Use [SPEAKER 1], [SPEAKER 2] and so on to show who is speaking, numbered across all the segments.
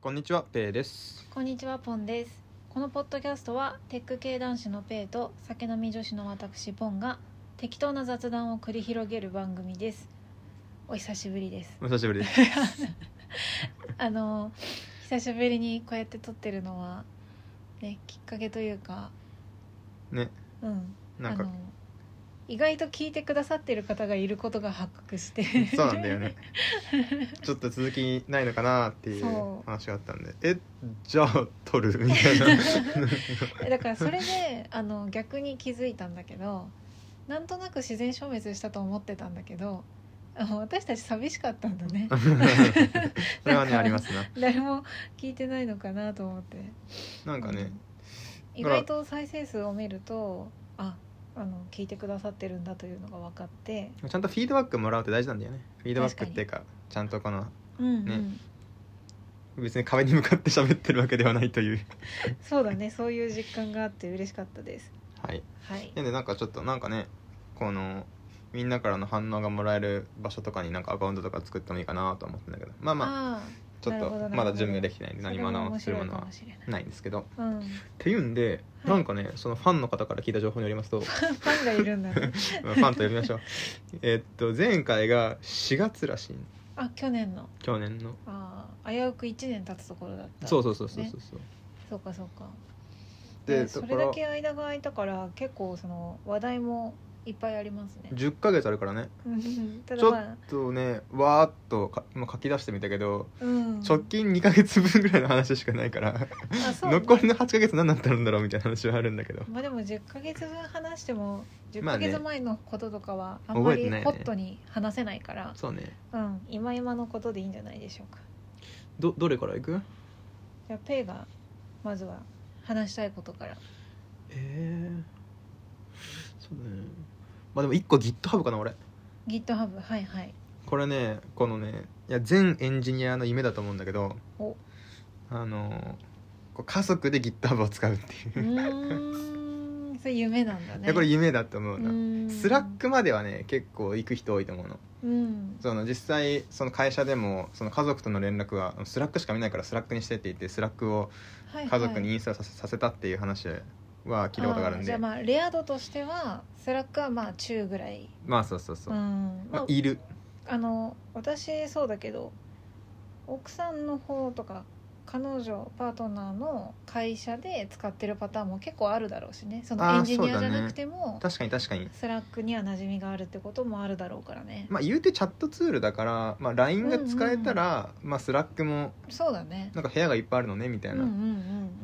[SPEAKER 1] こんにちは、ペイです。
[SPEAKER 2] こんにちはポンですこのポッドキャストはテック系男子のペイと酒飲み女子の私ポンが適当な雑談を繰り広げる番組ですお久しぶりです
[SPEAKER 1] お久しぶり です。
[SPEAKER 2] あの久しぶりにこうやって撮ってるのはねきっかけというか
[SPEAKER 1] ね、
[SPEAKER 2] うん
[SPEAKER 1] なんか
[SPEAKER 2] あの、意外と聞いてくださってる方がいることが発覚して
[SPEAKER 1] そうなんだよね。ちょっと続きないのかなってい
[SPEAKER 2] そう
[SPEAKER 1] う話があったんで、え、じゃあ撮 るみたいな。
[SPEAKER 2] えだからそれであの逆に気づいたんだけどなんとなく自然消滅したと思ってたんだけどあの私たち寂しかったんだ ね
[SPEAKER 1] それはね、ありますな。
[SPEAKER 2] 誰も聞いてないのかなと思って
[SPEAKER 1] なんかね、
[SPEAKER 2] うん意外と再生数を見るとああの聞いてくださってるんだというのが分かって、
[SPEAKER 1] ちゃんとフィードバックもらうって大事なんだよね。フィードバックっていうか、ちゃんとこの、
[SPEAKER 2] うんうん
[SPEAKER 1] ね別に壁に向かって喋ってるわけではないという。
[SPEAKER 2] そうだねそういう実感があって嬉しかったです
[SPEAKER 1] はい。
[SPEAKER 2] はい
[SPEAKER 1] なんで、なんかちょっと、なんかね、この、みんなからの反応がもらえる場所とかになんかアカウントとか作ってもいいかなと思ってんだけど、まあまあ、
[SPEAKER 2] あ
[SPEAKER 1] ちょっ
[SPEAKER 2] なる
[SPEAKER 1] と
[SPEAKER 2] ほどなるほ
[SPEAKER 1] ま
[SPEAKER 2] ど
[SPEAKER 1] だ準備ができてないん
[SPEAKER 2] あ
[SPEAKER 1] で何もあのするもの
[SPEAKER 2] か
[SPEAKER 1] は
[SPEAKER 2] もしれない、
[SPEAKER 1] ないんですけど。っ
[SPEAKER 2] うん、
[SPEAKER 1] ていうんで、
[SPEAKER 2] はい
[SPEAKER 1] なんかねそのファンの方から聞いた情報によります と
[SPEAKER 2] ファンがいるんだね
[SPEAKER 1] まあファンと呼びましょうえっと前回が4月らしい
[SPEAKER 2] あ去年の
[SPEAKER 1] 去年の
[SPEAKER 2] ああ危うく1年経つところだった
[SPEAKER 1] そうそうそうそう
[SPEAKER 2] ね
[SPEAKER 1] そうそう、
[SPEAKER 2] そうかそうか
[SPEAKER 1] で
[SPEAKER 2] で
[SPEAKER 1] だ
[SPEAKER 2] そ
[SPEAKER 1] か
[SPEAKER 2] れだ
[SPEAKER 1] ら
[SPEAKER 2] け間が空いたから結構その話題もいっぱいありますね
[SPEAKER 1] 10ヶ月あるからね
[SPEAKER 2] うんた
[SPEAKER 1] ちょ
[SPEAKER 2] だ
[SPEAKER 1] っ
[SPEAKER 2] まあ、
[SPEAKER 1] とねわーっとかもう書き出してみたけど
[SPEAKER 2] うん、
[SPEAKER 1] 直近2ヶ月分ぐらいの話しかないから
[SPEAKER 2] あそう
[SPEAKER 1] 残りの8ヶ月何だったんだろうみたいな話はあるんだけど
[SPEAKER 2] まあでも10ヶ月分話しても10
[SPEAKER 1] まあ
[SPEAKER 2] ヶ
[SPEAKER 1] ね
[SPEAKER 2] 月前のこととかはあんま
[SPEAKER 1] 覚えて
[SPEAKER 2] り
[SPEAKER 1] ないね
[SPEAKER 2] ホットに話せないから、
[SPEAKER 1] そうね
[SPEAKER 2] うん今今のことでいいんじゃないでしょうか
[SPEAKER 1] どどれからいく
[SPEAKER 2] じゃあペイがまずは話したいことから
[SPEAKER 1] えー、そうだねまあでも1個 GitHub かな俺
[SPEAKER 2] GitHub は いはい
[SPEAKER 1] これねこのねいや全エンジニアの夢だと思うんだけど
[SPEAKER 2] お
[SPEAKER 1] あのこう家族で GitHub を使うって
[SPEAKER 2] う
[SPEAKER 1] いう、
[SPEAKER 2] ーんそれ夢なんだ
[SPEAKER 1] い
[SPEAKER 2] ね
[SPEAKER 1] やこれ夢だと思うな、ス
[SPEAKER 2] ス
[SPEAKER 1] ラックまではね結構行く人多いと思うの
[SPEAKER 2] うん
[SPEAKER 1] その実際その会社でもその家族との連絡はスラックしか見ないからスラックにしてって言ってスラックを
[SPEAKER 2] はいはい
[SPEAKER 1] 家族にインストールさせさせたっていう話は聞いたことがあるん
[SPEAKER 2] ーじ
[SPEAKER 1] で
[SPEAKER 2] ゃあまあレア度としてはスラックはまあ中ぐらい
[SPEAKER 1] まあそうそうそう、
[SPEAKER 2] ん
[SPEAKER 1] ま
[SPEAKER 2] ま
[SPEAKER 1] あ
[SPEAKER 2] あ、
[SPEAKER 1] いる
[SPEAKER 2] あの私そうだけど奥さんの方とか彼女パートナーの会社で使ってるパターンも結構あるだろうしねそ
[SPEAKER 1] あー
[SPEAKER 2] のエンジニア
[SPEAKER 1] そう
[SPEAKER 2] じ
[SPEAKER 1] だ
[SPEAKER 2] ゃ
[SPEAKER 1] ね
[SPEAKER 2] なくても、
[SPEAKER 1] 確かに確かに
[SPEAKER 2] スラックには馴染みがあるってこともあるだろうからね、
[SPEAKER 1] まあ、言うてチャットツールだから、まあ、LINE が使えたら、まあ、スラックも
[SPEAKER 2] そうだね
[SPEAKER 1] なんか部屋がいっぱいあるのねみたいな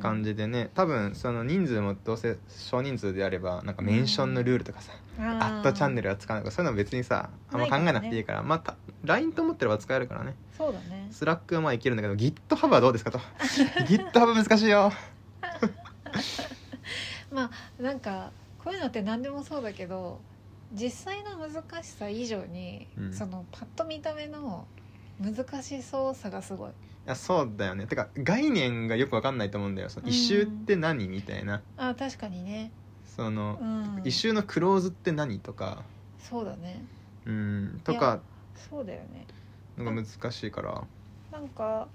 [SPEAKER 1] 感
[SPEAKER 2] じ
[SPEAKER 1] じでね多分その人数もどうせ少人数であればなんかメンションのルールとかさ、アットチャンネ
[SPEAKER 2] ル
[SPEAKER 1] ルは使わないとかそういうの別にさあんま考えなくていいからまあた LINE と思ってれば使えるからね
[SPEAKER 2] そうだね
[SPEAKER 1] スラックはまあいけるんだけど GitHub はどうですかと GitHub 難しいよ
[SPEAKER 2] なんかこういうのって何でもそうだけど実際の難しさ以上に、
[SPEAKER 1] うん
[SPEAKER 2] そのパッと見た目の難しそうさがすごい
[SPEAKER 1] いやそうだよねてか概念がよくわかんないと思うんだよその一周って何みたいな
[SPEAKER 2] あ確かにね、
[SPEAKER 1] その
[SPEAKER 2] うん、
[SPEAKER 1] 一周のクローズって何とか
[SPEAKER 2] そうだね
[SPEAKER 1] うんと
[SPEAKER 2] い
[SPEAKER 1] か
[SPEAKER 2] やそうだよね
[SPEAKER 1] のが難しいから
[SPEAKER 2] なんか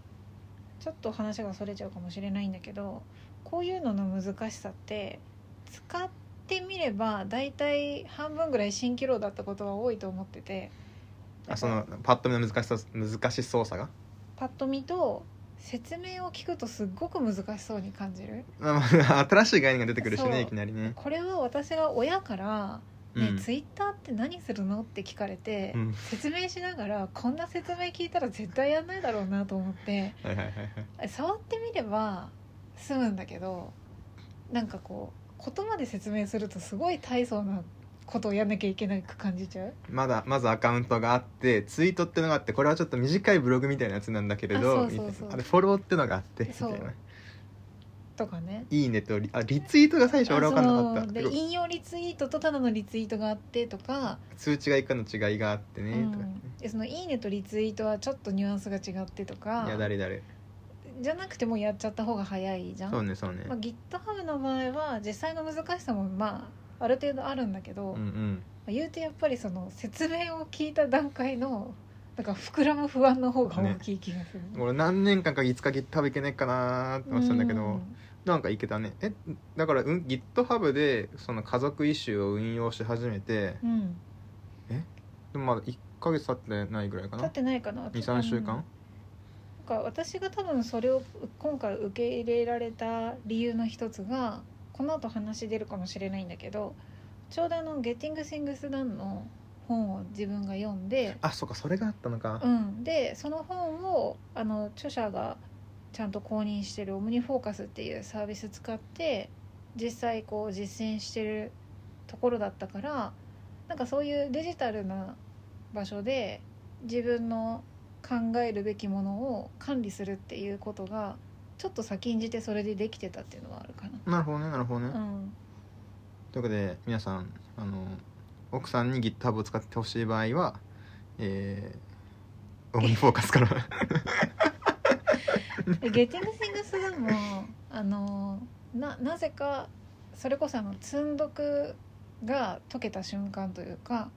[SPEAKER 2] ちょっと話がそれちゃうかもしれないんだけどこういうのの難しさって使ってみれば大体半分ぐらい蜃気楼だったことは多いと思ってて
[SPEAKER 1] あそのパッと見の難しさ難し操作が
[SPEAKER 2] パッと見と説明を聞くとすっごく難しそうに感じる
[SPEAKER 1] まあまあ新しい概念が出てくるし
[SPEAKER 2] そう
[SPEAKER 1] ねいきなりね
[SPEAKER 2] これは私が親から、ね
[SPEAKER 1] うん
[SPEAKER 2] ツイッターって何するのって聞かれて、
[SPEAKER 1] うん
[SPEAKER 2] 説明しながらこんな説明聞いたら絶対やんないだろうなと思って
[SPEAKER 1] はいはいはいはい
[SPEAKER 2] 触ってみれば済むんだけどなんかこう言葉で説明するとすごい大層なことをやんなきゃいけなく感じちゃう
[SPEAKER 1] まだまずアカウントがあってツイートってのがあってこれはちょっと短いブログみたいなやつなんだけれど
[SPEAKER 2] あそうそうそう
[SPEAKER 1] みたいなあれフォローってのがあってみた
[SPEAKER 2] そう
[SPEAKER 1] いな
[SPEAKER 2] とかね。
[SPEAKER 1] いいねとリあリツイートが最初俺分かんなか
[SPEAKER 2] あ
[SPEAKER 1] っ
[SPEAKER 2] そう
[SPEAKER 1] た
[SPEAKER 2] で引用リツイートとただのリツイートがあってとか,、
[SPEAKER 1] 通知がいくかの違いがあって
[SPEAKER 2] う
[SPEAKER 1] ねとかね
[SPEAKER 2] ん、でその「いいね」とリツイートはちょっとニュアンスが違ってとか
[SPEAKER 1] いや誰誰
[SPEAKER 2] じゃなくてもやっちゃった方が早いじゃん、
[SPEAKER 1] そうねそうね
[SPEAKER 2] まあ、GitHub の場合は実際の難しさもまあある程度あるんだけど、
[SPEAKER 1] うんうん
[SPEAKER 2] 言うてやっぱりその説明を聞いた段階のだから膨らむ不安の方が大きい気がする、
[SPEAKER 1] 俺何年間かいつかギター食べけねえかなーって思ってたんだけど、
[SPEAKER 2] うん
[SPEAKER 1] なんかいけたねえだから、うん、GitHub でその家族イシューを運用し始めて
[SPEAKER 2] うん、
[SPEAKER 1] でもまだ1ヶ月経ってないぐらいか
[SPEAKER 2] 立
[SPEAKER 1] な
[SPEAKER 2] ってないかな
[SPEAKER 1] 23週
[SPEAKER 2] うん
[SPEAKER 1] 間
[SPEAKER 2] なんか私が多分それを今回受け入れられた理由の一つがこの後話出るかもしれないんだけどちょうどあの「ゲッティング・シングス・ダン」の本を自分が読んで、
[SPEAKER 1] あそうかそれがあったのか、
[SPEAKER 2] うん、でその本をあの著者がちゃんと公認してる「オムニフォーカス」っていうサービス使って実際こう実践してるところだったからなんかそういうデジタルな場所で自分の考えるべきものを管理するっていうことがちょっと先んじてそれでできてたっていうのはあるか
[SPEAKER 1] なるほどねなるほどね、
[SPEAKER 2] な。うん、
[SPEAKER 1] ということで皆さんあの奥さんに GitHub を使ってほしい場合はえー、オムニフォーカスから
[SPEAKER 2] でゲッティング・シングスでもあのななぜかそれこそあの積んどくが解けた瞬間というか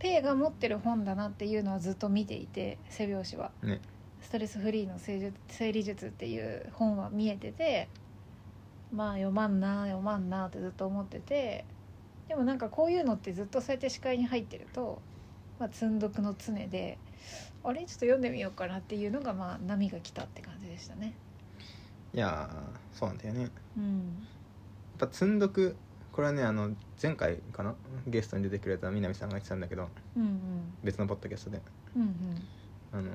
[SPEAKER 2] ペイが持ってる本だなっていうのはずっと見ていて背拍子は、
[SPEAKER 1] ね
[SPEAKER 2] ストレスフリーの生術生理術」っていう本は見えててまあ読まんな読まんなってずっと思っててでもなんかこういうのってずっとそうやって視界に入ってると、まあ、積んどくの常であれちょっと読んでみようかなっていうのがまあ波が来たって感じでしたね。
[SPEAKER 1] いやーそうなんだよねやっ
[SPEAKER 2] うん、
[SPEAKER 1] ぱ積んどくこれはねあの前回かなゲストに出てくれた南さんが言ってたんだけど
[SPEAKER 2] うんうん
[SPEAKER 1] 別のポッドキャストで
[SPEAKER 2] うん
[SPEAKER 1] あの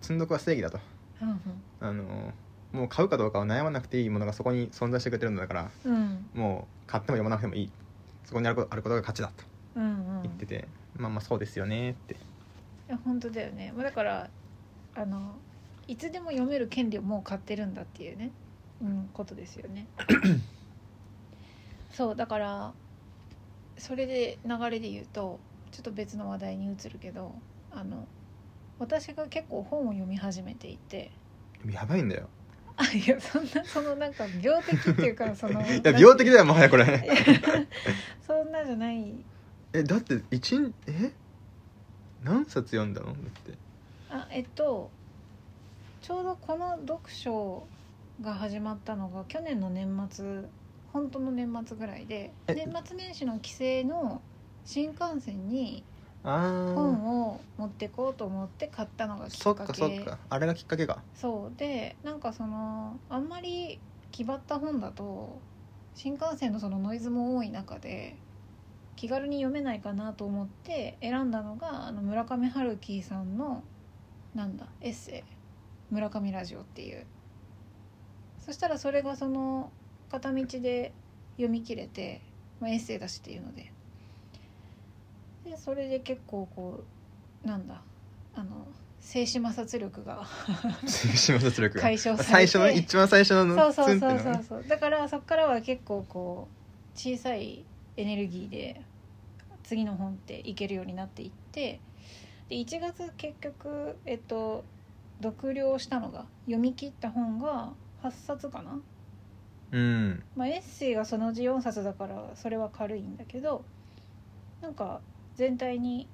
[SPEAKER 1] 積んどくは正義だと
[SPEAKER 2] うん
[SPEAKER 1] あのもう買うかどうかは悩まなくていいものがそこに存在してくれてるんだから
[SPEAKER 2] うんうん
[SPEAKER 1] もう買っても読まなくてもいいそこにあることあることが勝ちだと
[SPEAKER 2] うんうん
[SPEAKER 1] 言ってて、まあまあそうですよねって
[SPEAKER 2] いや本当だよね、まあ、だからあのいつでも読める権利をもう買ってるんだっていうね、うん、ことですよねそうだからそれで流れで言うとちょっと別の話題に移るけどあの私が結構本を読み始めていて
[SPEAKER 1] やばいん だよ
[SPEAKER 2] あいやそんなそのなんか病的っていうかその
[SPEAKER 1] いや病的だよもはやこ
[SPEAKER 2] い
[SPEAKER 1] れ
[SPEAKER 2] やそんなじゃない
[SPEAKER 1] えだって一日え何冊読んだのだって
[SPEAKER 2] あえっとちょうどこの読書が始まったのが去年の年末本当の年末ぐらいで
[SPEAKER 1] え
[SPEAKER 2] 年末年始の帰省の新幹線に
[SPEAKER 1] ああ
[SPEAKER 2] 本を持ってこうと思って買ったのがきっ
[SPEAKER 1] そっ
[SPEAKER 2] かけ
[SPEAKER 1] かそっかあれがきっかけ か
[SPEAKER 2] そうでなんかそのあんまり気張った本だと新幹線のそのノイズも多い中で気軽に読めないかなと思って選んだのがあの村上春樹さんのなんだエッセイ「村上ラジオ」っていうそしたらそれがその片道で読み切れて、まあ、エッセイだしっていうのででそれで結構こうなんだあの静止摩擦力が
[SPEAKER 1] 島達力が
[SPEAKER 2] 解消され
[SPEAKER 1] 最
[SPEAKER 2] て
[SPEAKER 1] 初の一番最初
[SPEAKER 2] そ
[SPEAKER 1] の
[SPEAKER 2] うそう
[SPEAKER 1] ンって
[SPEAKER 2] そ
[SPEAKER 1] いうの
[SPEAKER 2] そ
[SPEAKER 1] が
[SPEAKER 2] うそうだからそこからは結構こう小さいエネルギーで次の本っていけるようになっていってで1月結局えっと読了したのが読み切った本が8冊かな、
[SPEAKER 1] うん
[SPEAKER 2] まあ、エッセイがそのうち4冊だからそれは軽いんだけどなんか全体に、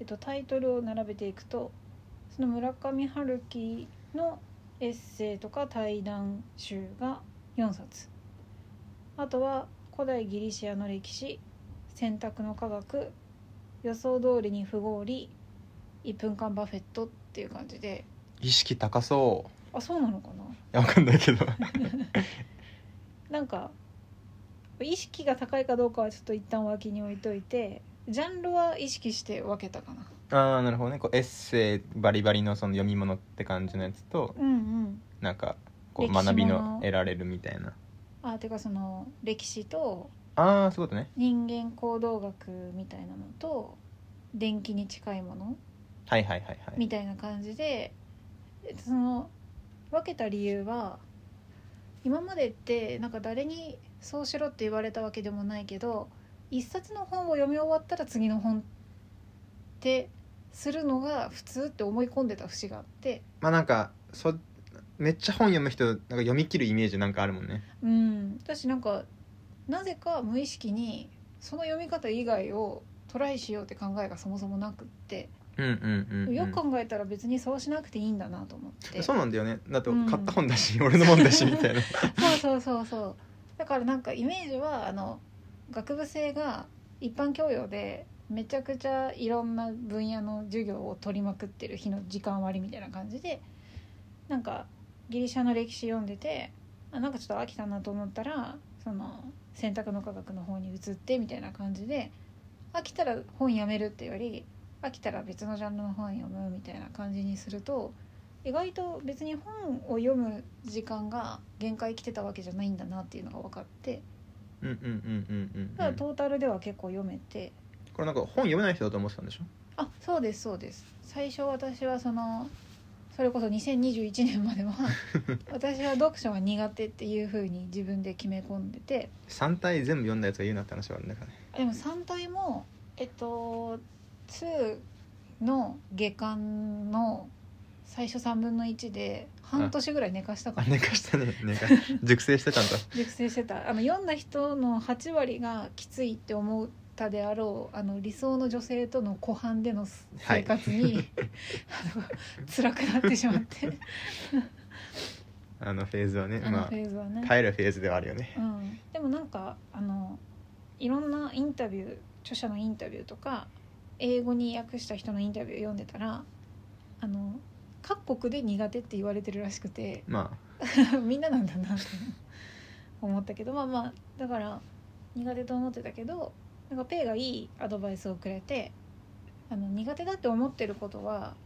[SPEAKER 2] えっと、タイトルを並べていくとその村上春樹のエッセイとか対談集が4冊あとは古代ギリシアの歴史選択の科学予想通りに不合理1分間バフェットっていう感じで
[SPEAKER 1] 意識高そう
[SPEAKER 2] あそうなのかない
[SPEAKER 1] やわかんないけど
[SPEAKER 2] なんか意識が高いかどうかはちょっと一旦脇に置いといてジャンルは意識して分けたかな
[SPEAKER 1] ああなるほどねこうエッセイバリバリのその読み物って感じのやつと
[SPEAKER 2] うんうん
[SPEAKER 1] なんかこう
[SPEAKER 2] 歴史もの
[SPEAKER 1] 学びの得られるみたいな
[SPEAKER 2] あてかその歴史と
[SPEAKER 1] ああそういうことね
[SPEAKER 2] 人間行動学みたいなのと電気に近いもの
[SPEAKER 1] はいはいはいはい
[SPEAKER 2] みたいな感じでえっとその分けた理由は今までってなんか誰にそうしろって言われたわけでもないけど一冊の本を読み終わったら次の本ってするのが普通って思い込んでた節があって
[SPEAKER 1] まあなんかそめっちゃ本読む人なんか読み切るイメージなんかあるもんね
[SPEAKER 2] うん私なんかなぜか無意識にその読み方以外をトライしようって考えがそもそもなくって
[SPEAKER 1] うんうんうん、うん、
[SPEAKER 2] よく考えたら別にそうしなくていいんだなと思って
[SPEAKER 1] そうなんだよねだって
[SPEAKER 2] うん
[SPEAKER 1] 買った本だし、 俺の本だしみたいな
[SPEAKER 2] そうそうそうそうだからなんかイメージはあの学部生が一般教養でめちゃくちゃいろんな分野の授業を取りまくってる日の時間割みたいな感じでなんかギリシャの歴史読んでてあなんかちょっと飽きたなと思ったらその選択の科学の方に移ってみたいな感じで飽きたら本やめるっていうより飽きたら別のジャンルの本読むみたいな感じにすると意外と別に本を読む時間が限界来てたわけじゃないんだなっていうのが分かって
[SPEAKER 1] うんうんうんうん うん、
[SPEAKER 2] ただ
[SPEAKER 1] こ
[SPEAKER 2] トータルでは結構読めて、
[SPEAKER 1] れなんか本読めない人だと思ってたんでしょ
[SPEAKER 2] あそうですそうです最初私はそのそれこそ2021年まで は私は読書は苦手っていうふうに自分で決め込んでて
[SPEAKER 1] 3体全部読んだやつが言うなって話はあるんだから ね
[SPEAKER 2] でも3体もえっと2の下巻の最初3分の1で半年ぐらい寝かしたか
[SPEAKER 1] あ
[SPEAKER 2] ら
[SPEAKER 1] 寝かしたね寝か熟成してたんだ
[SPEAKER 2] 熟成してたあの読んだ人の8割がきついって思ったであろうあの理想の女性との湖畔でのす
[SPEAKER 1] はい
[SPEAKER 2] 生活に、あの辛くなってしまって
[SPEAKER 1] あのフェーズはね
[SPEAKER 2] あの
[SPEAKER 1] ま
[SPEAKER 2] フェーズはね
[SPEAKER 1] あ、耐えるフェーズではあるよね
[SPEAKER 2] うん、でもなんかあのいろんなインタビュー著者のインタビューとか英語に訳した人のインタビュー読んでたらあの各国で苦手って言われてるらしくて。
[SPEAKER 1] ま
[SPEAKER 2] みんななんだなって思ったけどまあまあだから苦手と思ってたけどなんかペイがいいアドバイスをくれてあの苦手だって思ってることは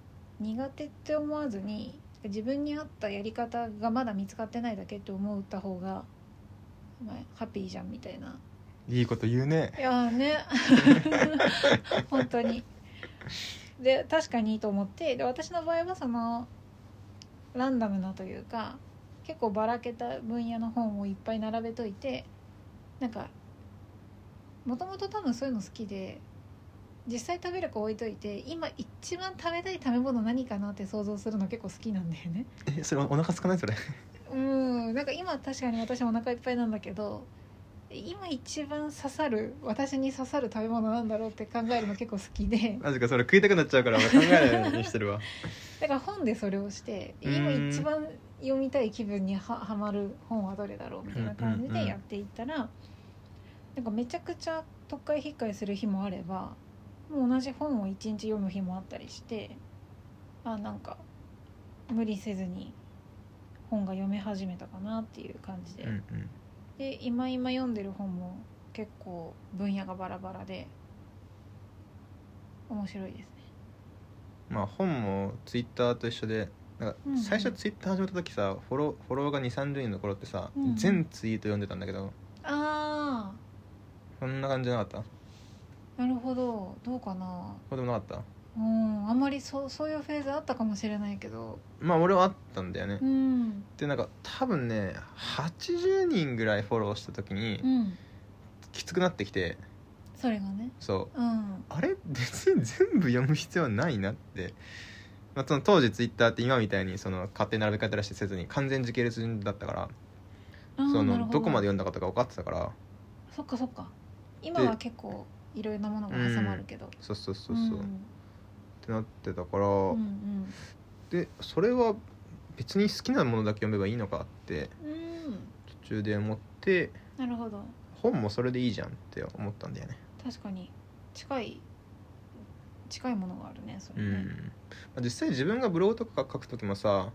[SPEAKER 2] 苦手って思わずに自分に合ったやり方がまだ見つかってないだけって思った方が、まあ、ハッピーじゃんみたいな
[SPEAKER 1] あいいこと言うね
[SPEAKER 2] いやーね 本当にで確かにと思ってで私の場合はそのランダムなというか結構ばらけた分野の本をいっぱい並べといてなんかもともと多分そういうの好きで実際食べる子置いといて今一番食べたい食べ物何かなって想像するの結構好きなんだよね
[SPEAKER 1] えそれお腹空かないそれ
[SPEAKER 2] うんなんか今確かに私お腹いっぱいなんだけど今一番刺さる私に刺さる食べ物なんだろうって考えるの結構好き で
[SPEAKER 1] マジかそれ食いたくなっちゃうから俺考えないようにして るわ
[SPEAKER 2] だから本でそれをして
[SPEAKER 1] うん
[SPEAKER 2] 今一番読みたい気分にははまる本はどれだろうみたいな感じ
[SPEAKER 1] うんうんう
[SPEAKER 2] で
[SPEAKER 1] ん
[SPEAKER 2] やっていったらなんかめちゃくちゃとっかえひっかえする日もあればもう同じ本を一日読む日もあったりしてあなんか無理せずに本が読め始めたかなっていう感じで。
[SPEAKER 1] うんうん
[SPEAKER 2] で今今読んでる本も結構分野がバラバラで面白いですね
[SPEAKER 1] まあ本もツイッターと一緒でなんか
[SPEAKER 2] うんうん
[SPEAKER 1] 最初ツイッター始めた時さフォローフォロワーが2 3 0人の頃ってさ、
[SPEAKER 2] うんうん
[SPEAKER 1] 全ツイート読んでたんだけど
[SPEAKER 2] あ
[SPEAKER 1] そんな感じじゃなかった
[SPEAKER 2] あなるほどどうかな
[SPEAKER 1] そうでもなかった
[SPEAKER 2] うんあんまりそうそういうフェーズあったかもしれないけど
[SPEAKER 1] まあ俺はあったんだよね、
[SPEAKER 2] うん
[SPEAKER 1] でなんか多分ね80人ぐらいフォローした時に
[SPEAKER 2] うん
[SPEAKER 1] きつくなってきて
[SPEAKER 2] それがね
[SPEAKER 1] そう
[SPEAKER 2] うん
[SPEAKER 1] あれ別に全部読む必要ないなって、まあ、その当時ツイッターって今みたいにその勝手に並べ方らしてせずに完全時系列順だったから
[SPEAKER 2] あー
[SPEAKER 1] そ
[SPEAKER 2] なる
[SPEAKER 1] の
[SPEAKER 2] ほ
[SPEAKER 1] どこまで読んだかとか分かってたから
[SPEAKER 2] そっかそっか今は結構いろいろなものが挟まるけど、
[SPEAKER 1] そうそうそうそう、っ
[SPEAKER 2] ん
[SPEAKER 1] てなってたから、
[SPEAKER 2] うんうん
[SPEAKER 1] でそれは別に好きなものだけ読めばいいのかって
[SPEAKER 2] うん
[SPEAKER 1] 途中で思って
[SPEAKER 2] なるほど
[SPEAKER 1] 本もそれでいいじゃんって思ったんだよね
[SPEAKER 2] 確かに近い近いものがあるねそうれね、
[SPEAKER 1] ん、まあ実際自分がブログとか書く時もさ、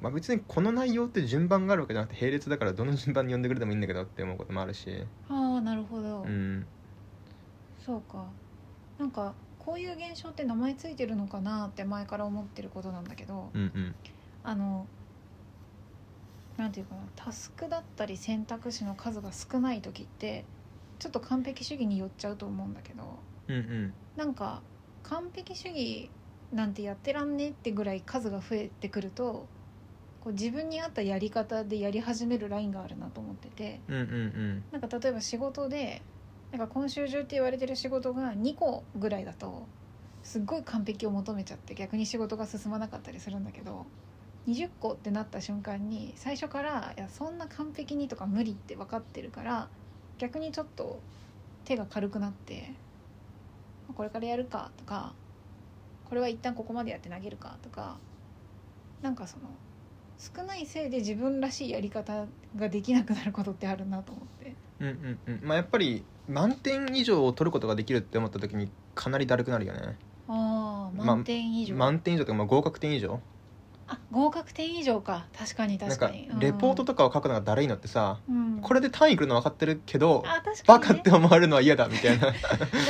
[SPEAKER 1] まあ、別にこの内容って順番があるわけじゃなくて並列だからどの順番に読んでくれてもいいんだけどって思うこともあるし、
[SPEAKER 2] ああなるほど、
[SPEAKER 1] うん、
[SPEAKER 2] そうかなんかこういう現象って名前ついてるのかなって前から思ってることなんだけど
[SPEAKER 1] うんうん
[SPEAKER 2] あのなんていうかなタスクだったり選択肢の数が少ない時ってちょっと完璧主義に寄っちゃうと思うんだけど
[SPEAKER 1] うんうん
[SPEAKER 2] なんか完璧主義なんてやってらんねってぐらい数が増えてくるとこう自分に合ったやり方でやり始めるラインがあるなと思ってて。
[SPEAKER 1] うんうん
[SPEAKER 2] なんか例えば仕事でなんか今週中って言われてる仕事が2個ぐらいだとすっごい完璧を求めちゃって逆に仕事が進まなかったりするんだけど20個ってなった瞬間に最初からいやそんな完璧にとか無理って分かってるから逆にちょっと手が軽くなってこれからやるかとかこれは一旦ここまでやって投げるかとかなんかその少ないせいで自分らしいやり方ができなくなることってあるなと思って
[SPEAKER 1] うんうんうんまあやっぱり満点以上を取ることができるって思った時にかなりだるくなるよね
[SPEAKER 2] ああ
[SPEAKER 1] ま
[SPEAKER 2] 満点以上、
[SPEAKER 1] 満点以上とかまあ合格点以上
[SPEAKER 2] あ合格点以上か確かに
[SPEAKER 1] なん
[SPEAKER 2] 確か
[SPEAKER 1] か
[SPEAKER 2] に
[SPEAKER 1] レポート
[SPEAKER 2] と、
[SPEAKER 1] とかを書くのがだるいのってさ
[SPEAKER 2] うん、
[SPEAKER 1] これで単位くるの分かってるけど
[SPEAKER 2] あ確か
[SPEAKER 1] バ
[SPEAKER 2] に、ね、
[SPEAKER 1] カって思われるのは嫌だみたいな
[SPEAKER 2] だ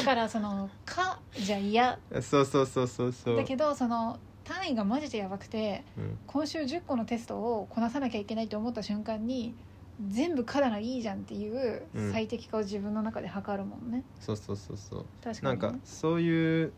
[SPEAKER 2] からその「か」じゃ嫌
[SPEAKER 1] そうそうそうそうそう
[SPEAKER 2] だけどその単位がマジでやばくて
[SPEAKER 1] うん
[SPEAKER 2] 今週10個のテストをこなさなきゃいけないと思った瞬間に全部「か」ならいいじゃんっていう
[SPEAKER 1] うん
[SPEAKER 2] 最適化を自分の中で測るもんね、
[SPEAKER 1] そうそうそうそう
[SPEAKER 2] 確か
[SPEAKER 1] なん
[SPEAKER 2] に、ね、
[SPEAKER 1] かそういう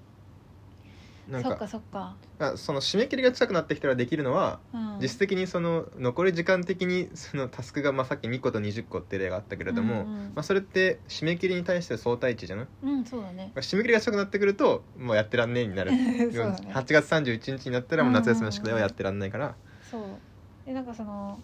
[SPEAKER 1] なん
[SPEAKER 2] そ
[SPEAKER 1] か
[SPEAKER 2] っかそっか、
[SPEAKER 1] あその締め切りが近くなってきたらできるのは
[SPEAKER 2] うん、
[SPEAKER 1] 実質的にその残り時間的にそのタスクがまあさっき2個と20個って例があったけれども、
[SPEAKER 2] うんうん
[SPEAKER 1] まあ、それって締め切りに対して相対値じゃない
[SPEAKER 2] うんそう だね
[SPEAKER 1] 締め切りが近くなってくるともうやってらんねえになる
[SPEAKER 2] そうだね
[SPEAKER 1] 8月31日になったらもう夏休みの宿題はやってらんないから、
[SPEAKER 2] そうでなんかその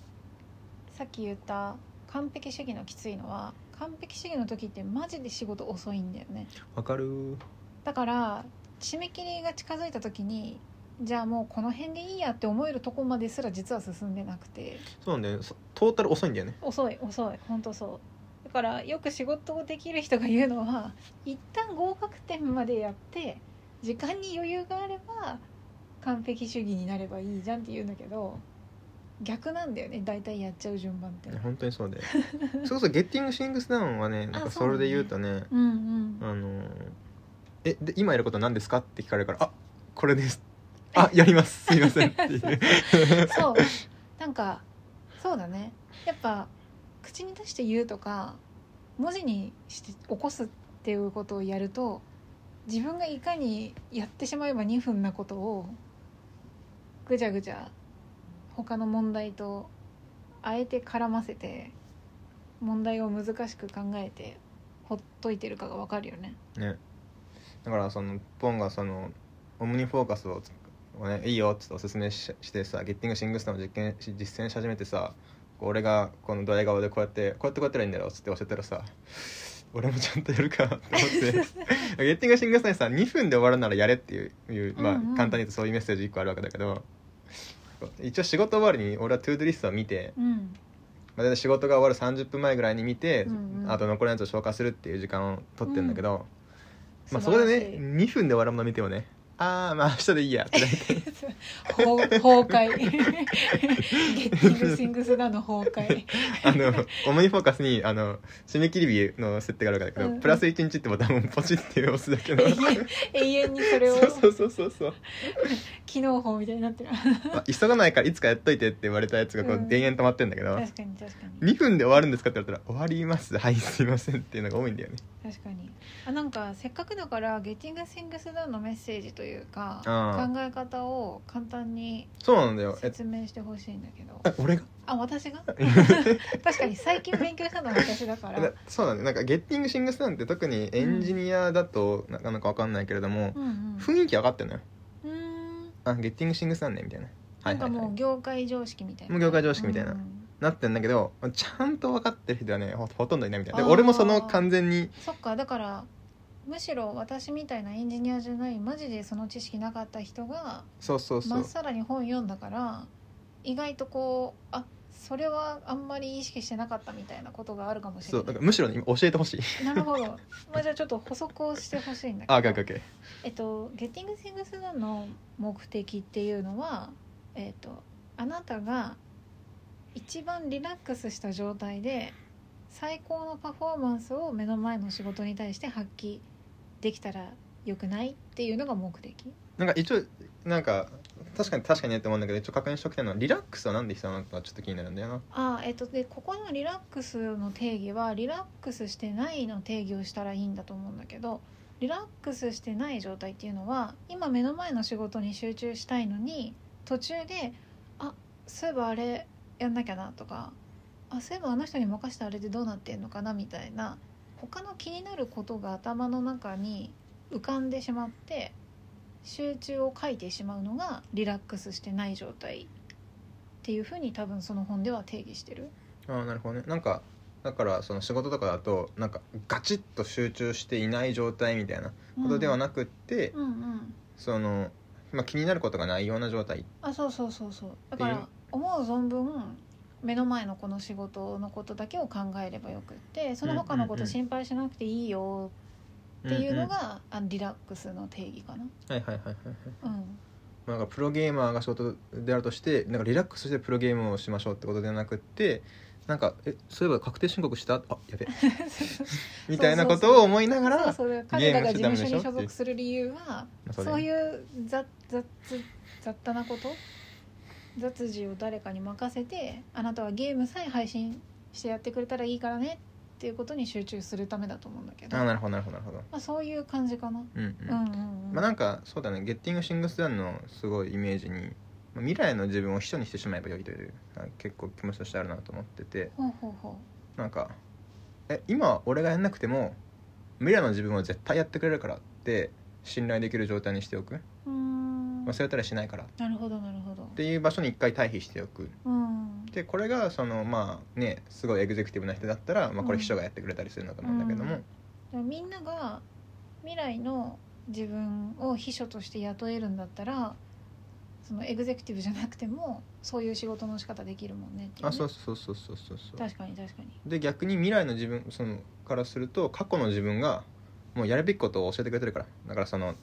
[SPEAKER 2] さっき言った完璧主義のきついのは完璧主義の時ってマジで仕事遅いんだよね
[SPEAKER 1] わかる
[SPEAKER 2] だから締め切りが近づいた時にじゃあもうこの辺でいいやって思えるとこまですら実は進んでなくて
[SPEAKER 1] そうなんだよねそトータル遅いんだよね
[SPEAKER 2] 遅い遅い本当そうだからよく仕事をできる人が言うのは一旦合格点までやって時間に余裕があれば完璧主義になればいいじゃんって言うんだけど逆なんだよね大体やっちゃう順番って
[SPEAKER 1] 本当にそう でそれこそ「ゲッティング・シングス・ダウン」はねなんかそれで言うとね
[SPEAKER 2] うんうん
[SPEAKER 1] あのーえで今やることは何ですか?」って聞かれるから「あこれです」「あやりますすいません」っていう。
[SPEAKER 2] そうなんかそうだねやっぱ口に出して言うとか文字にして起こすっていうことをやると自分がいかにやってしまえば2分なことをぐちゃぐちゃ他の問題とあえて絡ませて問題を難しく考えてほっといてるかが分かるよね。
[SPEAKER 1] ねだからそのポンがその「オムニフォーカスをつ」をねいいよっつっておすすめししてさ「ゲッティングシングスター」を実験し実践し始めてさこう俺がこのドヤ顔でこうやってこうやってこうやったらいいんだよっつって教えたらさ俺もちゃんとやるかと思って ゲッティングシングスターにさ2分で終わるならやれっていういう、まあ
[SPEAKER 2] うんうん
[SPEAKER 1] 簡単に言うとそういうメッセージ1個あるわけだけど一応仕事終わりに俺はトゥードゥリストを見て、
[SPEAKER 2] うん、
[SPEAKER 1] まあ、大体仕事が終わる30分前ぐらいに見て、
[SPEAKER 2] うんうん
[SPEAKER 1] あと残りのやつを消化するっていう時間を取ってんだけど、まあ、そ
[SPEAKER 2] 素
[SPEAKER 1] こ
[SPEAKER 2] 晴
[SPEAKER 1] で
[SPEAKER 2] らしい
[SPEAKER 1] ね2分で終わるもの見てもねああまあ明日でいいやってなって
[SPEAKER 2] 崩崩壊ゲッティングシングスだの崩壊
[SPEAKER 1] あの「オムニフォーカスに」あの締め切り日の設定があるからだけど、
[SPEAKER 2] うんうん
[SPEAKER 1] プラス1日ってボタンをポチって押すだけの
[SPEAKER 2] 永遠永遠にそれを
[SPEAKER 1] そうそうそうそう、
[SPEAKER 2] 機能法みたいになってる
[SPEAKER 1] まあ、急がないからいつかやっといてって言われたやつがこう、
[SPEAKER 2] うん
[SPEAKER 1] 延々止まってんだけど
[SPEAKER 2] 確かに確かに
[SPEAKER 1] 2分で終わるんですかって言われたら「終わりますはいすいません」っていうのが多いんだよね
[SPEAKER 2] 確かにあなんかせっかくだから「ゲッティング・シングス・ダウン」のメッセージというか
[SPEAKER 1] あー
[SPEAKER 2] 考え方を簡単に
[SPEAKER 1] そうなんだよえ
[SPEAKER 2] 説明してほしいんだけど
[SPEAKER 1] あ俺が
[SPEAKER 2] あ私 が確かに最近勉強したのは私だか
[SPEAKER 1] だ
[SPEAKER 2] ら
[SPEAKER 1] そうだねなんかゲッティングシングスなんて特にエンジニアだとなかなかわかんないけれども、
[SPEAKER 2] うんうん
[SPEAKER 1] 雰囲気上がってるのよ
[SPEAKER 2] うーん
[SPEAKER 1] あゲッティングシングスなんねみたいなは
[SPEAKER 2] ないん
[SPEAKER 1] は
[SPEAKER 2] か
[SPEAKER 1] い、は
[SPEAKER 2] もう
[SPEAKER 1] い、
[SPEAKER 2] 業界常識みたいな
[SPEAKER 1] もう業界常識みたいな
[SPEAKER 2] うんうん
[SPEAKER 1] なってんだけどちゃんと分かってる人はねほほとんどいないみたいな
[SPEAKER 2] あ
[SPEAKER 1] で
[SPEAKER 2] ー
[SPEAKER 1] 俺もその完全に
[SPEAKER 2] そっかだからむしろ私みたいなエンジニアじゃないマジでその知識なかった人が
[SPEAKER 1] そうそうそ
[SPEAKER 2] ま
[SPEAKER 1] う
[SPEAKER 2] っさらに本読んだから意外とこうあそれはあんまり意識してなかったみたいなことがあるかもし
[SPEAKER 1] そう
[SPEAKER 2] れ
[SPEAKER 1] だ
[SPEAKER 2] な
[SPEAKER 1] か
[SPEAKER 2] い
[SPEAKER 1] らむしろ、ね、今教えてほしい
[SPEAKER 2] なるほど、まあ、じゃあちょっと補足をしてほしいんだ
[SPEAKER 1] あ
[SPEAKER 2] け
[SPEAKER 1] オッケ
[SPEAKER 2] ど
[SPEAKER 1] ーオッケーオッケ
[SPEAKER 2] えっと、ゲッティング・シングス・ダンの目的っていうのは、えっと、あなたが一番リラックスした状態で最高のパフォーマンスを目の前の仕事に対して発揮できたらよくないっていうのが目的
[SPEAKER 1] ーなんか一応なんか確かに確かにねって思うんだけど一応確認しておきたいのはリラックスはなんで必要なのかちょっと気になるんだよな
[SPEAKER 2] あえっとでここのリラックスの定義はリラックスしてないの定義をしたらいいんだと思うんだけどリラックスしてない状態っていうのは今目の前の仕事に集中したいのに途中であそういえばあれやんなきゃなとかあそういえばあの人に任せたあれでどうなってんのかなみたいな他の気になることが頭の中に浮かんでしまって集中を書いてしまうのがリラックスしてない状態っていうふうに多分その本では定義してる。
[SPEAKER 1] ああなるほどねなんかだからその仕事とかだとなんかガチッと集中していない状態みたいなことではなくって、
[SPEAKER 2] うんうん
[SPEAKER 1] そのまあ、気になることがないような状態
[SPEAKER 2] あそうそうそうそうだか
[SPEAKER 1] っていう
[SPEAKER 2] ら思う存分目の前のこの仕事のことだけを考えればよくってその他のこ
[SPEAKER 1] うんうんう
[SPEAKER 2] と
[SPEAKER 1] ん
[SPEAKER 2] 心配しなくていいよっていうのが、あのリラックスの定義かな、
[SPEAKER 1] うんうんはいはいはいはいはい
[SPEAKER 2] うん、
[SPEAKER 1] まあなんかプロゲーマーが仕事であるとしてなんかリラックスしてプロゲームをしましょうってことではなくってなんかえそういえば確定申告したあ やべみたいなことを思いながら
[SPEAKER 2] そうそう彼らが事務所
[SPEAKER 1] ゲームしちゃダメでしょ
[SPEAKER 2] に所属する理由は
[SPEAKER 1] まあそ
[SPEAKER 2] そう
[SPEAKER 1] れ
[SPEAKER 2] いう雑雑雑多なこと雑事を誰かに任せてあなたはゲームさえ配信してやってくれたらいいからねっていうことに集中するためだと思うんだけど
[SPEAKER 1] あなるほどなるほどなるほど
[SPEAKER 2] まあ、そういう感じかな。
[SPEAKER 1] うんうん、
[SPEAKER 2] うんうんうん
[SPEAKER 1] まあなんかそうだねゲッティングシングスダウンのすごいイメージにまあ未来の自分を秘書にしてしまえばよいというあ結構気持ちとしてあるなと思ってて
[SPEAKER 2] ほうほうほ
[SPEAKER 1] なんかえ今俺がやんなくても未来の自分は絶対やってくれるからって信頼できる状態にしておく
[SPEAKER 2] ううーんな
[SPEAKER 1] 忘れたりしないからっ
[SPEAKER 2] るほどなるほど
[SPEAKER 1] ていう場所に一回退避しておく
[SPEAKER 2] うん
[SPEAKER 1] でこれがそのまあねすごいエグゼクティブな人だったら、まあ、こ
[SPEAKER 2] う
[SPEAKER 1] れ
[SPEAKER 2] ん
[SPEAKER 1] 秘書がやってくれたりするんだと思うんだけども、
[SPEAKER 2] でもみんなが未来の自分を秘書として雇えるんだったらそのエグゼクティブじゃなくてもそういう仕事の仕方できるもんねっていね
[SPEAKER 1] あそうそうそうそうそうそう
[SPEAKER 2] 確かに確かに
[SPEAKER 1] で逆に未来の自分そのからすると過去の自分がもうやるべきことを教えてくれてるからだからその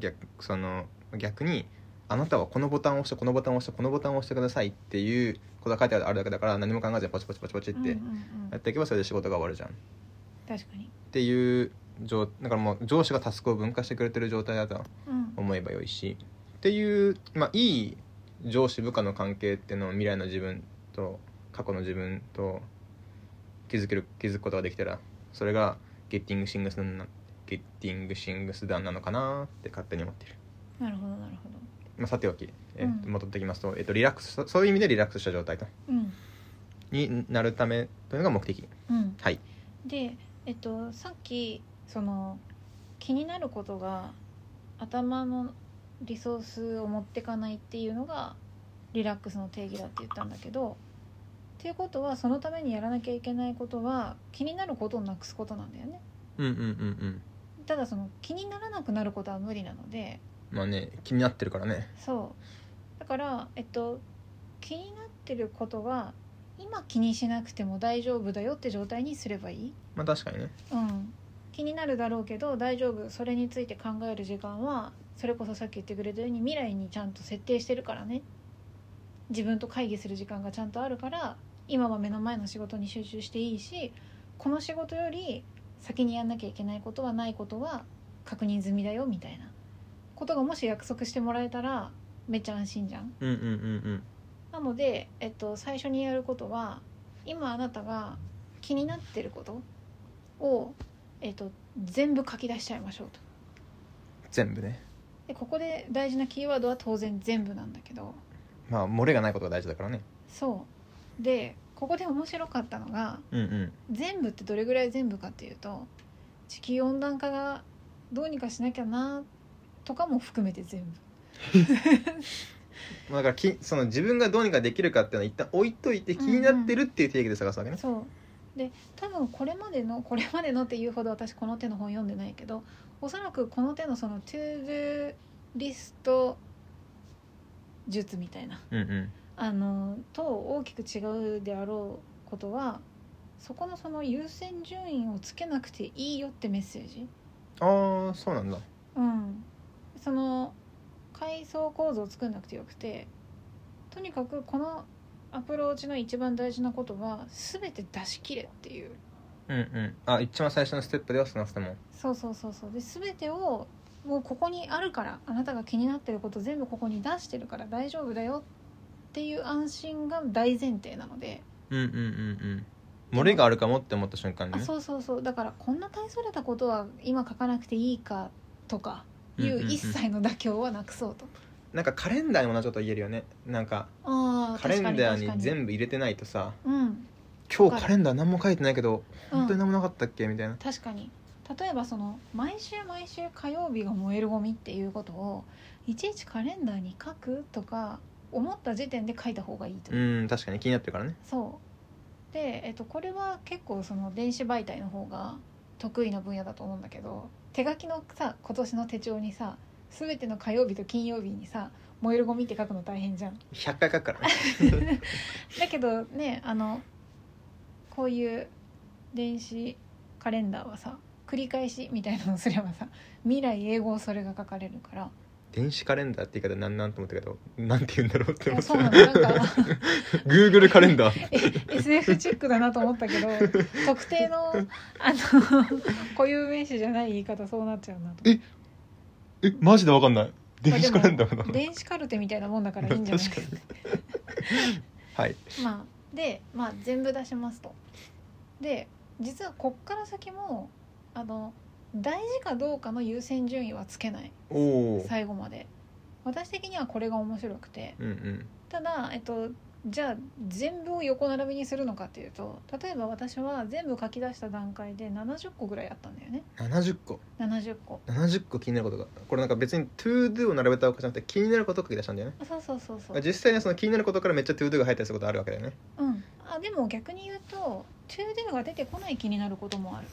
[SPEAKER 1] 逆その逆にあなたはこのボタンを押してこのボタンを押してこのボタンを押してくださいっていうことが書いてあるだけだから何も考えずにポチポチポチポチっ
[SPEAKER 2] う
[SPEAKER 1] て
[SPEAKER 2] んうんうん
[SPEAKER 1] やっていけばそれで仕事が終わるじゃんっ
[SPEAKER 2] 確かに
[SPEAKER 1] ていう状だからもう上司がタスクを分化してくれてる状態だと
[SPEAKER 2] うん
[SPEAKER 1] 思えばよいしっていう、まあ、いい上司部下の関係っていうのを未来の自分と過去の自分と気づける気づくことができたらそれがゲッティングシングスなゲッティングシングス団なのかなって勝手に思ってる、
[SPEAKER 2] なるほどなるほど
[SPEAKER 1] まあ、さておき、えっと
[SPEAKER 2] うん
[SPEAKER 1] 戻ってきますと、えっと、リラックスしたそういう意味でリラックスした状態と
[SPEAKER 2] うん
[SPEAKER 1] になるためというのが目的
[SPEAKER 2] うん
[SPEAKER 1] はい
[SPEAKER 2] でえっとさっきその気になることが頭のリソースを持ってかないっていうのがリラックスの定義だって言ったんだけどっていうことはそのためにやらなきゃいけないことは気になることをなくすことなんだよね
[SPEAKER 1] うんうんうんうん
[SPEAKER 2] ただその気にならなくなることは無理なので
[SPEAKER 1] まあね気になってるからね
[SPEAKER 2] そうだからえっと気になってることは今気にしなくても大丈夫だよって状態にすればいい
[SPEAKER 1] まあ確かにね
[SPEAKER 2] うん、気になるだろうけど大丈夫それについて考える時間はそれこそさっき言ってくれたように未来にちゃんと設定してるからね自分と会議する時間がちゃんとあるから今は目の前の仕事に集中していいしこの仕事より先にやんなきゃいけないことはないことは確認済みだよみたいなことがもし約束してもらえたらめっちゃ安心じゃん。
[SPEAKER 1] うんうんうん
[SPEAKER 2] なので、えっと、最初にやることは今あなたが気になってることを、えっと、全部書き出しちゃいましょうと
[SPEAKER 1] 全部ね
[SPEAKER 2] でここで大事なキーワードは当然全部なんだけど
[SPEAKER 1] まあ漏れがないことが大事だからね
[SPEAKER 2] そうでここで面白かったのが
[SPEAKER 1] うんうん
[SPEAKER 2] 全部ってどれぐらい全部かっていうと地球温暖化がどうにかしなきゃなとかも含めて全部
[SPEAKER 1] まあ、だからきその自分がどうにかできるかっていうのは一旦置いといて気になってるっていう定義で探すわけね。
[SPEAKER 2] そうで多分これまでのこれまでのっていうほど私この手の本読んでないけどおそらくこの手のその to do リスト術みたいな
[SPEAKER 1] うんうん
[SPEAKER 2] あのと大きく違うであろうことはそこのその優先順位をつけなくていいよってメッセージ
[SPEAKER 1] ああそうなんだ。
[SPEAKER 2] うんその階層構造を作んなくてよくてとにかくこのアプローチの一番大事なことは全て出し切れっていう
[SPEAKER 1] うんうん。あ一番最初のステップでは少なくとも。
[SPEAKER 2] そうそうそうそうで全てをもうここにあるからあなたが気になってること全部ここに出してるから大丈夫だよっていう安心が大前提なので、
[SPEAKER 1] うんうんうんうん。漏れがあるかもって思った瞬間に
[SPEAKER 2] あ
[SPEAKER 1] ね。
[SPEAKER 2] そうそうそうだからこんな大それたことは今書かなくていいかとかい
[SPEAKER 1] んん
[SPEAKER 2] うん一切の妥協はなくそうと、
[SPEAKER 1] なんかカレンダーにもなちょっと言えるよね。なんか
[SPEAKER 2] あー
[SPEAKER 1] カレンダーに
[SPEAKER 2] 部
[SPEAKER 1] 全部入れてないとさ
[SPEAKER 2] うん
[SPEAKER 1] 今日カレンダー何も書いてないけど
[SPEAKER 2] うん
[SPEAKER 1] 本当に何もなかったっけみたいな。
[SPEAKER 2] 確かに例えばその毎週毎週火曜日が燃えるゴミっていうことをいちいちカレンダーに書くとか思った時点で書いた方がいいと
[SPEAKER 1] うん確かに気になってるからね。
[SPEAKER 2] そうで、えっと、これは結構その電子媒体の方が得意な分野だと思うんだけど手書きのさ今年の手帳にさ全ての火曜日と金曜日にさ「燃えるゴミ」って書くの大変じゃん
[SPEAKER 1] 100回書くからね
[SPEAKER 2] だけどねあのこういう電子カレンダーはさ繰り返しみたいなのをすればさ未来英語それが書かれるから
[SPEAKER 1] 電子カレンダーって言い方なんなんと思ったけどなんて言うんだろうって
[SPEAKER 2] い
[SPEAKER 1] 思
[SPEAKER 2] や
[SPEAKER 1] っ
[SPEAKER 2] そうなのなんか
[SPEAKER 1] た Google カレンダー
[SPEAKER 2] え SF チックだなと思ったけど特定の あの固有名詞じゃない言い方そうなっちゃうなと
[SPEAKER 1] えマジでわかんない
[SPEAKER 2] まあ
[SPEAKER 1] 電
[SPEAKER 2] で
[SPEAKER 1] 子
[SPEAKER 2] も
[SPEAKER 1] カレンダーなの
[SPEAKER 2] 電子カルテみたいなもんだからいいんじゃない
[SPEAKER 1] 確かにはい
[SPEAKER 2] まあで、まあ、全部出しますとで実はこっから先もあの大事かどうかの優先順位はつけない
[SPEAKER 1] おお
[SPEAKER 2] 最後まで私的にはこれが面白くて
[SPEAKER 1] うんうん
[SPEAKER 2] ただ、えっと、じゃあ全部を横並びにするのかっていうと例えば私は全部書き出した段階で70個ぐらいあったんだよね
[SPEAKER 1] 70個
[SPEAKER 2] 70個
[SPEAKER 1] 70個気になることがこれなんか別に ToDo を並べたわけじゃなくて気になることを書き出したんだよね
[SPEAKER 2] あそうそうそうそう
[SPEAKER 1] 実際にはその気になることからめっちゃ ToDo が入ったりすることあるわけだよね
[SPEAKER 2] うんあでも逆に言うと「トゥードゥ」が出てこない気になることもある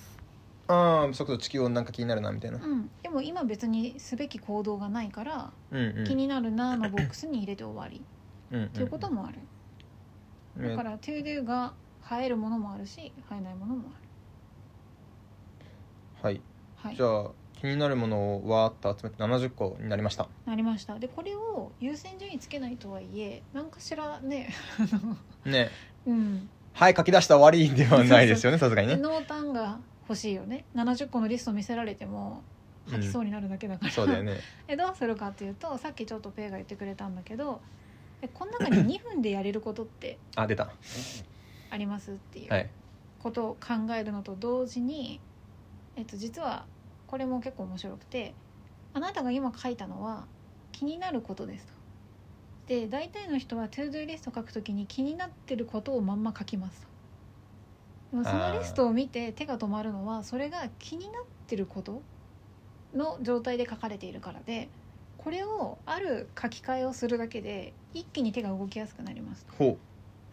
[SPEAKER 1] ああそれこそ地球温暖化気になるなみたいな
[SPEAKER 2] うんでも今別にすべき行動がないから
[SPEAKER 1] うんうん
[SPEAKER 2] 気になるなのボックスに入れて終わり
[SPEAKER 1] うんうん
[SPEAKER 2] ということもある、だから to do が生えるものもあるし生えないものも
[SPEAKER 1] はい
[SPEAKER 2] あるはい
[SPEAKER 1] じゃあ気になるものをわーっと集めて70個になりました
[SPEAKER 2] なりましたでこれを優先順位つけないとはいえ何かしらねあの
[SPEAKER 1] ね
[SPEAKER 2] うん
[SPEAKER 1] はい書き出した終わりではないですよねさすがにね
[SPEAKER 2] 濃淡が欲しいよね70個のリスト見せられても書き そうになるだけだから、
[SPEAKER 1] そうだよね
[SPEAKER 2] えどうするかっていうとさっきちょっとペイが言ってくれたんだけどえこの中に2分でやれることって
[SPEAKER 1] あ出た
[SPEAKER 2] ありますっていう
[SPEAKER 1] はい
[SPEAKER 2] ことを考えるのと同時に、えっと、実はこれも結構面白くてあなたが今書いたのは気になることですと。で大体の人は to do リスト書くときに気になってることをまんま書きますと。でもそ
[SPEAKER 1] あ
[SPEAKER 2] の
[SPEAKER 1] ー
[SPEAKER 2] リストを見て手が止まるのはそれが気になってることの状態で書かれているからでこれをある書き換えをするだけで一気に手が動きやすくなりますと
[SPEAKER 1] ほ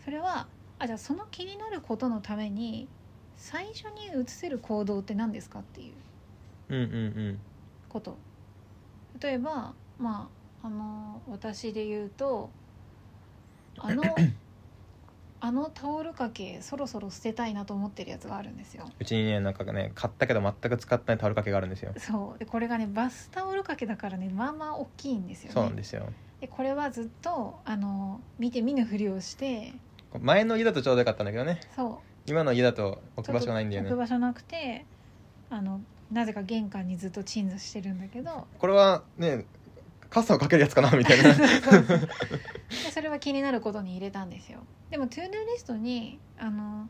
[SPEAKER 2] それはあじゃあその気になることのために最初に移せる行動って何ですかっていう
[SPEAKER 1] ううんうん
[SPEAKER 2] こと例えばまああの私で言うと あのあのタオル掛けそろそろ捨てたいなと思ってるやつがあるんですよ
[SPEAKER 1] うちにねなんかね買ったけど全く使ってないタオル掛けがあるんですよ
[SPEAKER 2] そうでこれがねバスタオル掛けだからねまあまあ大きいんですよね
[SPEAKER 1] そうなんですよ
[SPEAKER 2] でこれはずっとあの見て見ぬふりをして
[SPEAKER 1] 前の家だとちょうどよかったんだけどね
[SPEAKER 2] そう
[SPEAKER 1] 今の家だと置く場所がないんだよ
[SPEAKER 2] 置く
[SPEAKER 1] ね
[SPEAKER 2] 場所なくてあのなぜか玄関にずっと鎮座してるんだ けど
[SPEAKER 1] これはね傘をかけるやつかなみたいな
[SPEAKER 2] でそれは気になることに入れたんですよでも To Do リストにあの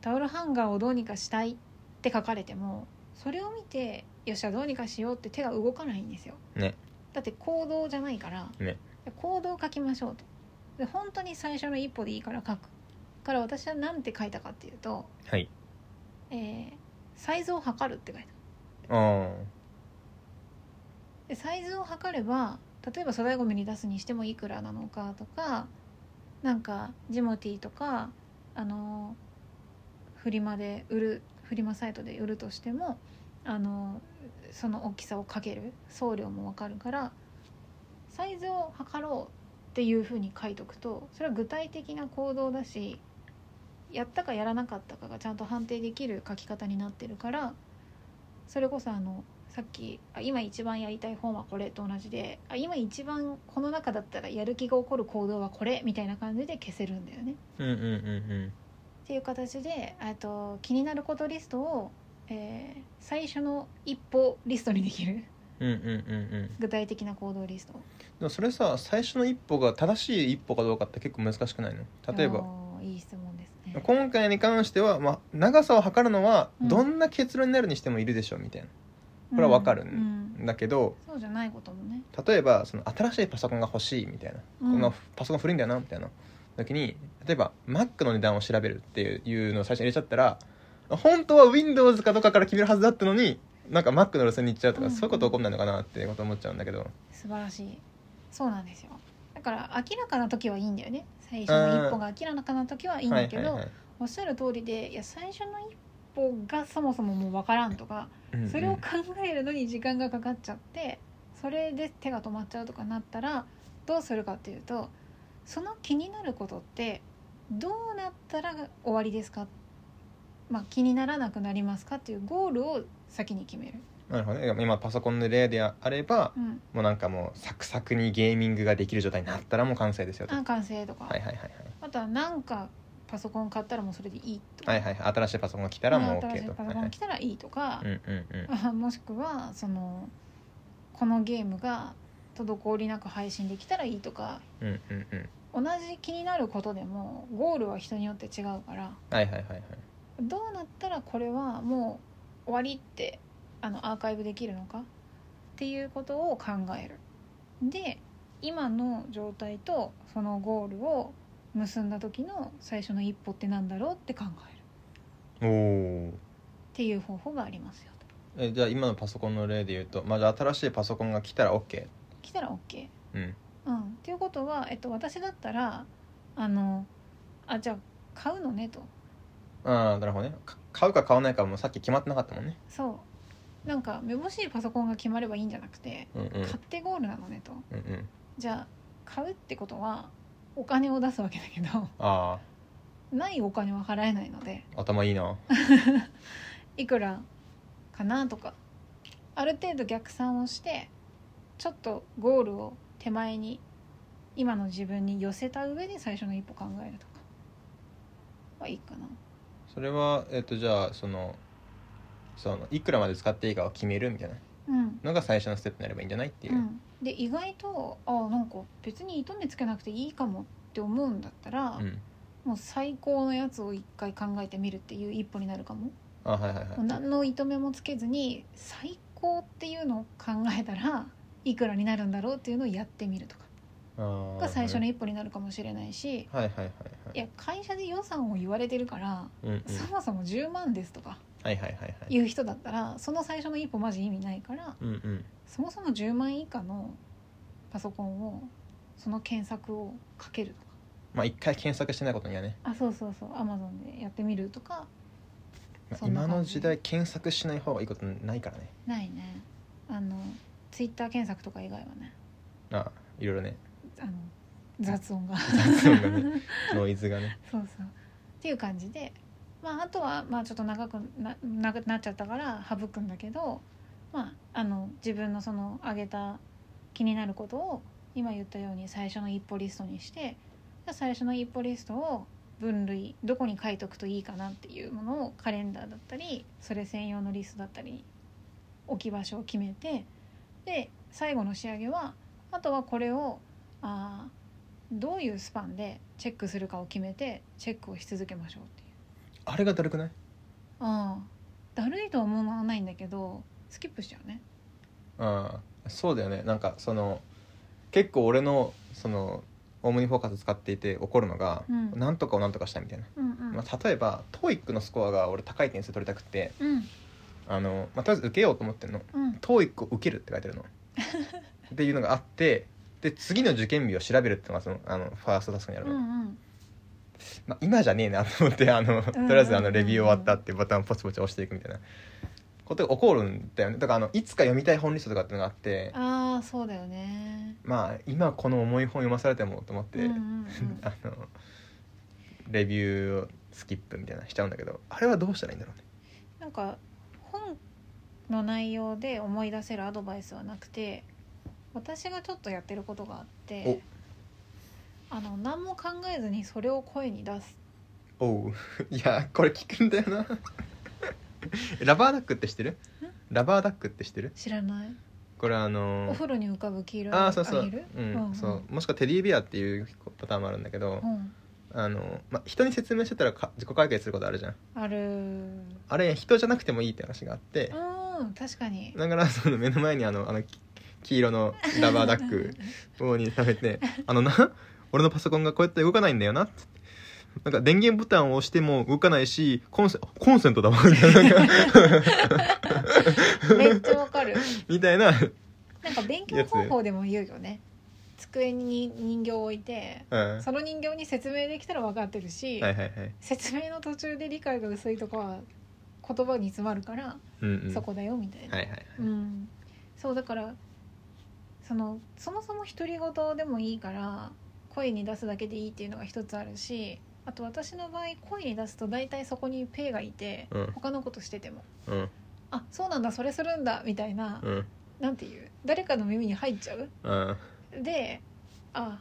[SPEAKER 2] タオルハンガーをどうにかしたいって書かれてもそれを見てよっしゃどうにかしようって手が動かないんですよ、
[SPEAKER 1] ね
[SPEAKER 2] だって行動じゃないから、
[SPEAKER 1] ね
[SPEAKER 2] で行動を書きましょうとで本当に最初の一歩でいいから書くから私は何て書いたかっていうと、
[SPEAKER 1] はい
[SPEAKER 2] えーサイズを測るって書いた
[SPEAKER 1] うん
[SPEAKER 2] でサイズを測れば例えば粗大ごみに出すにしてもいくらなのかとかなんかジモティーとかあのフリマで売るフリマサイトで売るとしてもあのその大きさをかける送料も分かるからサイズを測ろうっていうふうに書いとくとそれは具体的な行動だしやったかやらなかったかがちゃんと判定できる書き方になってるからそれこそあのさっきあ今一番やりたい本はこれと同じであ今一番この中だったらやる気が起こる行動はこれみたいな感じで消せるんだよね。
[SPEAKER 1] うんうんうん
[SPEAKER 2] っていう形でえっと気になることリストを、えー最初の一歩リストにできる
[SPEAKER 1] うんうんうんうんうん
[SPEAKER 2] 具体的な行動リスト
[SPEAKER 1] でもそれさ最初の一歩が正しい一歩かどうかって結構難しくないの例えば
[SPEAKER 2] おーいい質問ですね
[SPEAKER 1] 今回に関しては、まあ、長さを測るのは
[SPEAKER 2] うん
[SPEAKER 1] どんな結論になるにしてもいるでしょうみたいこれはわかるね
[SPEAKER 2] うんうん
[SPEAKER 1] なだけど
[SPEAKER 2] そうじゃないこともね、
[SPEAKER 1] 例えばその新しいパソコンが欲しいみたいな、
[SPEAKER 2] うん
[SPEAKER 1] このパソコン古いんだよなみたいな時に例えば Mac の値段を調べるっていうのを最初に入れちゃったら本当は Windows かどうかから決めるはずだったのになんか Mac の路線に行っちゃうとか、
[SPEAKER 2] うん
[SPEAKER 1] そういうこと起こんないのかなっていうこと思っちゃうんだけど
[SPEAKER 2] 素晴らしいそうなんですよだから明らかな時はいいんだよね最初の一歩が明らかな時はいいんだけど、
[SPEAKER 1] はいはいはい
[SPEAKER 2] おっしゃる通りでいや最初の一歩がそもそももう分からんとか
[SPEAKER 1] うんうん
[SPEAKER 2] それを考えるのに時間がかかっちゃってそれで手が止まっちゃうとかなったらどうするかっていうとその気になることってどうなったら終わりですか、まあ、気にならなくなりますかっていうゴールを先に決める。
[SPEAKER 1] なるほどね今パソコンの例であれば
[SPEAKER 2] うん、
[SPEAKER 1] もうなんかもうサクサクにゲーミングができる状態になったらもう完成ですよと
[SPEAKER 2] あ完成とか、
[SPEAKER 1] はいはいはいはい
[SPEAKER 2] あとはなんかパソコン買ったらもうそれでいいとか、
[SPEAKER 1] はいはいはい新しいパソコンが来たらもう
[SPEAKER 2] まあ新し
[SPEAKER 1] OK
[SPEAKER 2] い
[SPEAKER 1] と
[SPEAKER 2] パ
[SPEAKER 1] はい
[SPEAKER 2] ソコ
[SPEAKER 1] は
[SPEAKER 2] ン
[SPEAKER 1] い
[SPEAKER 2] 来たらいいとか、
[SPEAKER 1] うんうんうん
[SPEAKER 2] あ もしくはそのこのゲームが滞りなく配信できたらいいとか
[SPEAKER 1] うんうんうん
[SPEAKER 2] 同じ気になることでもゴールは人によって違うから
[SPEAKER 1] はいはいはいはい
[SPEAKER 2] どうなったらこれはもう終わりってあのアーカイブできるのかっていうことを考える。で今の状態とそのゴールを結んだ時の最初の一歩ってなんだろうって考える
[SPEAKER 1] おお
[SPEAKER 2] っていう方法がありますよと。
[SPEAKER 1] えじゃあ今のパソコンの例で言うとまあじゃあ新しいパソコンが来たら OK
[SPEAKER 2] 来たら OK。
[SPEAKER 1] うん
[SPEAKER 2] うん、っていうことは、えっと、私だったらあのあじゃあ買うのねと
[SPEAKER 1] ああなるほどねか買うか買わないかもさっき決まってなかったもんね
[SPEAKER 2] そうなんかめぼしいパソコンが決まればいいんじゃなくて
[SPEAKER 1] うんうん
[SPEAKER 2] 買ってゴールなのねと
[SPEAKER 1] うんうん
[SPEAKER 2] じゃあ買うってことはお金を出すわけだけど
[SPEAKER 1] あ
[SPEAKER 2] ないお金は払えないので
[SPEAKER 1] あ頭いいない
[SPEAKER 2] くらかなとかある程度逆算をしてちょっとゴールを手前に今の自分に寄せた上で最初の一歩考えるとかはいいかな。
[SPEAKER 1] それはえっ、とじゃあそのそのいくらまで使っていいかを決めるみたいな
[SPEAKER 2] うん
[SPEAKER 1] のが最初のステップになればいいんじゃないっていう、
[SPEAKER 2] ん、で意外とあなんか別に糸目つけなくていいかもって思うんだったら、
[SPEAKER 1] うん
[SPEAKER 2] もう最高のやつを一回考えてみるっていう一歩になるかも、
[SPEAKER 1] あはいはいはい
[SPEAKER 2] もう何の糸目もつけずに最高っていうのを考えたらいくらになるんだろうっていうのをやってみるとか
[SPEAKER 1] あー
[SPEAKER 2] が最初の一歩になるかもしれないし、
[SPEAKER 1] はいはいはいはい
[SPEAKER 2] いや会社で予算を言われてるから、
[SPEAKER 1] うんうん
[SPEAKER 2] そもそも10万ですとか
[SPEAKER 1] はいはいはいはい
[SPEAKER 2] 言う人だったらその最初の一歩マジ意味ないから
[SPEAKER 1] うんうん
[SPEAKER 2] そもそも10万以下のパソコンをその検索をかけるとか
[SPEAKER 1] まあ一回検索してないことにはね
[SPEAKER 2] あそうそうそうアマゾンでやってみるとか
[SPEAKER 1] まあ
[SPEAKER 2] そんな
[SPEAKER 1] 今
[SPEAKER 2] 感じ
[SPEAKER 1] の時代検索しない方がいいことないからね
[SPEAKER 2] ないねあのツイッター検索とか以外はね
[SPEAKER 1] あいろいろね
[SPEAKER 2] あの雑音 が
[SPEAKER 1] 雑音がねノイズがね
[SPEAKER 2] そうそうっていう感じで、まあ、あとは、まあ、ちょっと長くなななっちゃったから省くんだけど、まあ、あの自分のその上げた気になることを今言ったように最初の一歩リストにしてじゃあ最初の一歩リストを分類どこに書いとくといいかなっていうものをカレンダーだったりそれ専用のリストだったり置き場所を決めてで最後の仕上げはあとはこれをあーどういうスパンでチェックするかを決めてチェックをし続けましょうっていう
[SPEAKER 1] あれがだるくない
[SPEAKER 2] ああだるいとは思わないんだけどスキップしちゃうね
[SPEAKER 1] ああそうだよねなんかその結構俺のそのオムニフォーカス使っていて怒るのが、
[SPEAKER 2] うん
[SPEAKER 1] なんとかをなんとかしたいみたいな、
[SPEAKER 2] うんうん、
[SPEAKER 1] まあ、例えば TOEIC のスコアが俺高い点数取りたくて
[SPEAKER 2] うん
[SPEAKER 1] あの、まあ、とりあえず受けようと思ってんの
[SPEAKER 2] うん
[SPEAKER 1] 「TOEIC を受ける」って書いて るのっていうのがあってで次の受験日を調べるってのがそのあのファーストタスクにある
[SPEAKER 2] う
[SPEAKER 1] の、
[SPEAKER 2] んうん
[SPEAKER 1] まあ、今じゃねえな と思ってあのとりあえずあのレビュー終わったっていうボタンをポチポチ押していくみたいなことが起こるんだよねだからあのいつか読みたい本リストとかっていうのがあって
[SPEAKER 2] ああそうだよね
[SPEAKER 1] まあ今この重い本読まされてもと思って、
[SPEAKER 2] うんうん
[SPEAKER 1] あのレビューをスキップみたいなのしちゃうんだけどあれはどうしたらいいんだろうね
[SPEAKER 2] なんか本の内容で思い出せるアドバイスはなくて私がちょっとやってることがあってあの何も考えずにそれを声に出す
[SPEAKER 1] おう いやこれ聞くんだよな ラバーダックって知ってるラバーダックって知ってる
[SPEAKER 2] 知らない
[SPEAKER 1] これあの
[SPEAKER 2] お風呂に浮かぶ黄色い
[SPEAKER 1] ああそうそう
[SPEAKER 2] アヒル
[SPEAKER 1] うん、
[SPEAKER 2] うんうん
[SPEAKER 1] そうもしくはテディベアっていうパターンもあるんだけど、
[SPEAKER 2] うん
[SPEAKER 1] あの、まあ、人に説明してたらか自己解決することあるじゃん
[SPEAKER 2] ある
[SPEAKER 1] あれ人じゃなくてもいいって話があって、
[SPEAKER 2] うん確 かに
[SPEAKER 1] だからその目の前にあのあのき黄色のラバーダッ クをに食べて「あのな俺のパソコンがこうやって動かないんだよな」っつって。なんか電源ボタンを押しても動かないしコンセコンセントだわ
[SPEAKER 2] めっちゃわかる
[SPEAKER 1] みたいな、
[SPEAKER 2] なんか勉強方法でも言うよね机に人形を置いて
[SPEAKER 1] うん、はい
[SPEAKER 2] その人形に説明できたら分かってるし、
[SPEAKER 1] はいはい、
[SPEAKER 2] 説明の途中で理解が薄いとかは言葉に詰まるから、
[SPEAKER 1] うんうん、
[SPEAKER 2] そこだよみたいな、
[SPEAKER 1] はいはいはい、
[SPEAKER 2] うん、そうだからそのそもそも独り言でもいいから声に出すだけでいいっていうのが一つあるしあと私の場合声に出すと大体そこにペイがいて、
[SPEAKER 1] うん
[SPEAKER 2] 他のことしてても
[SPEAKER 1] うん
[SPEAKER 2] 「あそうなんだそれするんだ」みたいな、
[SPEAKER 1] うん
[SPEAKER 2] なんていう誰かの耳に入っちゃう
[SPEAKER 1] うん
[SPEAKER 2] であ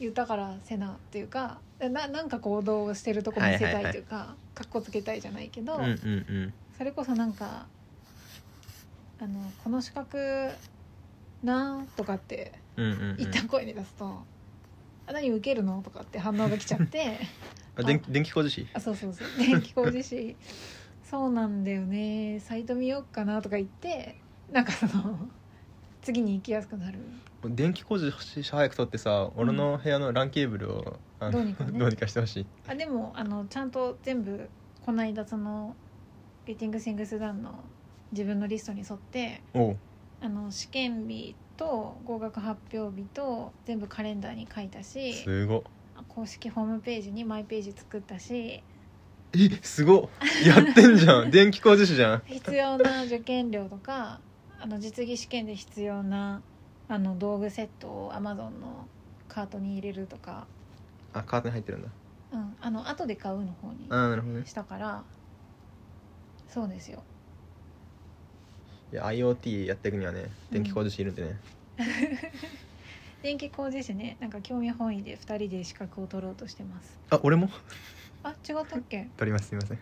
[SPEAKER 2] 言ったからせなっていうかななんか行動をしてるとこ見せたいというか、かっこつけたいじゃないけど、
[SPEAKER 1] うんうん
[SPEAKER 2] それこそなんかあの「この資格な」とかって
[SPEAKER 1] うんうんうん
[SPEAKER 2] 一旦声に出すと「あ何受けるの?」とかって反応が来ちゃって
[SPEAKER 1] あ電電気工事士
[SPEAKER 2] あそうそうそう電気工事士そうなんだよねサイト見よっかなとか言ってなんかその次に行きやすくなる
[SPEAKER 1] 電気工事士早く取ってさ俺の部屋のランケーブルをあの
[SPEAKER 2] どうにかね
[SPEAKER 1] どうにかしてほしい
[SPEAKER 2] あでもあのちゃんと全部この間そのゲッティング・シングス・ダンの自分のリストに沿って
[SPEAKER 1] おう
[SPEAKER 2] あの試験日と合格発表日と全部カレンダーに書いたし
[SPEAKER 1] すごっ
[SPEAKER 2] 公式ホームページにマイページ作ったし
[SPEAKER 1] えすごっやってんじ ゃん電気工事士じゃん
[SPEAKER 2] 必要な受験料とかあの実技試験で必要なあの道具セットを Amazon のカートに入れるとか、
[SPEAKER 1] あカートに入ってるんだ
[SPEAKER 2] うん、あの後で買うの方に
[SPEAKER 1] あーなるほどね
[SPEAKER 2] したからそうですよ
[SPEAKER 1] いや IoT やっていくにはね電気工事士いるんでね、
[SPEAKER 2] 電気工事士ねなんか興味本位で2人で資格を取ろうとしてます
[SPEAKER 1] あ俺も
[SPEAKER 2] あ違ったっ け
[SPEAKER 1] 取りますすみません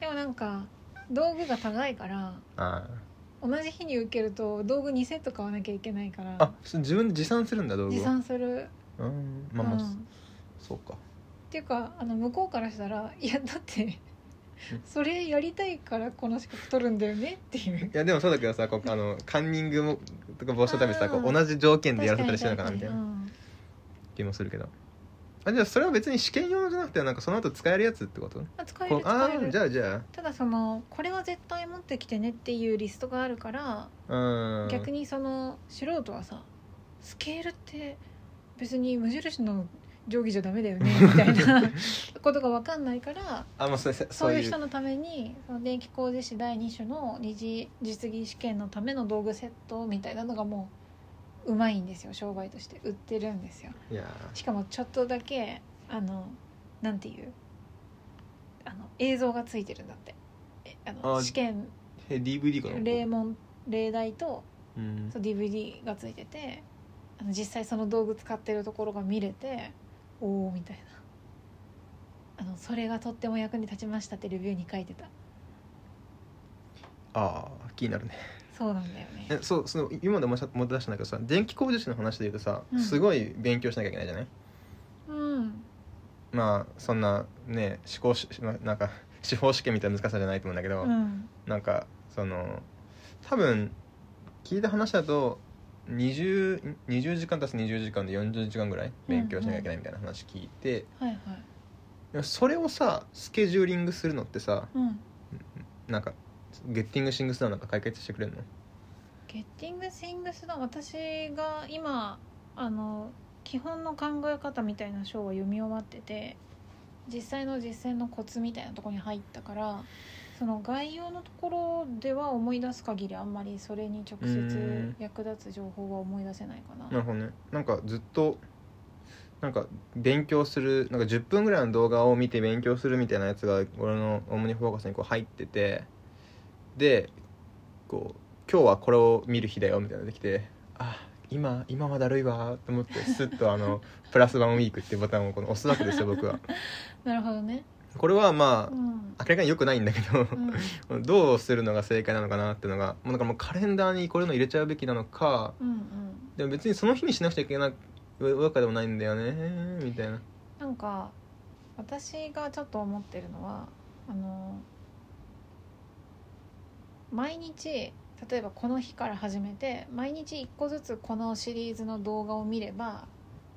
[SPEAKER 2] でもなんか道具が高いから
[SPEAKER 1] あ
[SPEAKER 2] 同じ日に受けると道具2セット買わなきゃいけないか
[SPEAKER 1] ーあ
[SPEAKER 2] ら
[SPEAKER 1] そ自分で持参するんだ道具を
[SPEAKER 2] 持参する、
[SPEAKER 1] うんまあまあ、
[SPEAKER 2] うん
[SPEAKER 1] そうか
[SPEAKER 2] っていうかあの向こうからし たらいやだって
[SPEAKER 1] うん
[SPEAKER 2] それやりたいからこの資格取るんだよねっていう
[SPEAKER 1] いやでもそうだけどさこうあのカンニングもとか防止のために
[SPEAKER 2] あ
[SPEAKER 1] さ
[SPEAKER 2] ー
[SPEAKER 1] こう同じ条件でやらせ
[SPEAKER 2] 確
[SPEAKER 1] た
[SPEAKER 2] か
[SPEAKER 1] り
[SPEAKER 2] に
[SPEAKER 1] してるのかなみた
[SPEAKER 2] 確か
[SPEAKER 1] い
[SPEAKER 2] に
[SPEAKER 1] な気もするけどあじゃあそれは別に試験用じゃなくてなんかその後使えるやつってこと
[SPEAKER 2] うんあ使え
[SPEAKER 1] こう
[SPEAKER 2] る
[SPEAKER 1] あ
[SPEAKER 2] 使え
[SPEAKER 1] ー
[SPEAKER 2] る
[SPEAKER 1] じゃあじゃ
[SPEAKER 2] ただそのこれは絶対持ってきてねっていうリストがあるから
[SPEAKER 1] あうん
[SPEAKER 2] 逆にその素人はさスケールって別に無印の定規じゃダメだよねみたい なことが分かんないから
[SPEAKER 1] あもうそれそ
[SPEAKER 2] そういう
[SPEAKER 1] そ
[SPEAKER 2] 人
[SPEAKER 1] ういう
[SPEAKER 2] のためにその電気工事士第2種の二次実技試験のための道具セットみたいなのがもううまいんですよ商売として売ってるんですよ
[SPEAKER 1] いや
[SPEAKER 2] しかもちょっとだけあのなんていうあの映像がついてるんだってえあの
[SPEAKER 1] あ
[SPEAKER 2] 試験
[SPEAKER 1] ーえ DVD かな
[SPEAKER 2] 例問例題と
[SPEAKER 1] うん
[SPEAKER 2] そう DVD がついててあの実際その道具使ってるところが見れておおみたいなあのそれがとっても役に立ちましたってレビューに書いてた
[SPEAKER 1] ああ気になるね
[SPEAKER 2] そうなんだよね
[SPEAKER 1] えそうその今までもし持って出したんだけどさ電気工事士の話で言うとさ、
[SPEAKER 2] うん
[SPEAKER 1] すごい勉強しなきゃいけないじゃない
[SPEAKER 2] うん
[SPEAKER 1] まあそんなね司法しまなんか 司法試験みたいな難しさじゃないと思うんだけど、
[SPEAKER 2] うん
[SPEAKER 1] なんかその多分聞いた話だと 20, 20時間足す20時間で40時間ぐらい勉強しなきゃいけないみたいな話聞いて、
[SPEAKER 2] はいはい
[SPEAKER 1] でもそれをさスケジューリングするのってさ
[SPEAKER 2] うん
[SPEAKER 1] なんかゲッティングシングスななんか解決してくれるの
[SPEAKER 2] ゲッティング・シングスの私が今あの基本の考え方みたいな章は読み終わってて実際の実践のコツみたいなところに入ったからその概要のところでは思い出す限りあんまりそれに直接役立つ情報は思い出せないか
[SPEAKER 1] な
[SPEAKER 2] な。
[SPEAKER 1] るほどねなんかずっとなんか勉強するなんか10分ぐらいの動画を見て勉強するみたいなやつが俺の「オムニフォーカス」にこう入っててでこう「今日はこれを見る日だよ」みたいなのできて「あ今今はだるいわ」と思ってスッとあの「プラスワンウィーク」っていうボタンをこの押すわけですよ僕は。
[SPEAKER 2] なるほどね。
[SPEAKER 1] これはま
[SPEAKER 2] う
[SPEAKER 1] あ
[SPEAKER 2] ん
[SPEAKER 1] 明らかに良くないんだけど
[SPEAKER 2] うん
[SPEAKER 1] どうするのが正解なのかなっていうのがもうなんかもうカレンダーにこういうの入れちゃうべきなのか
[SPEAKER 2] うんうん
[SPEAKER 1] でも別にその日にしなくちゃいけないわけでもないんだよねみたいな
[SPEAKER 2] なんか私がちょっと思ってるのはあの毎日例えばこの日から始めて毎日1個ずつこのシリーズの動画を見れば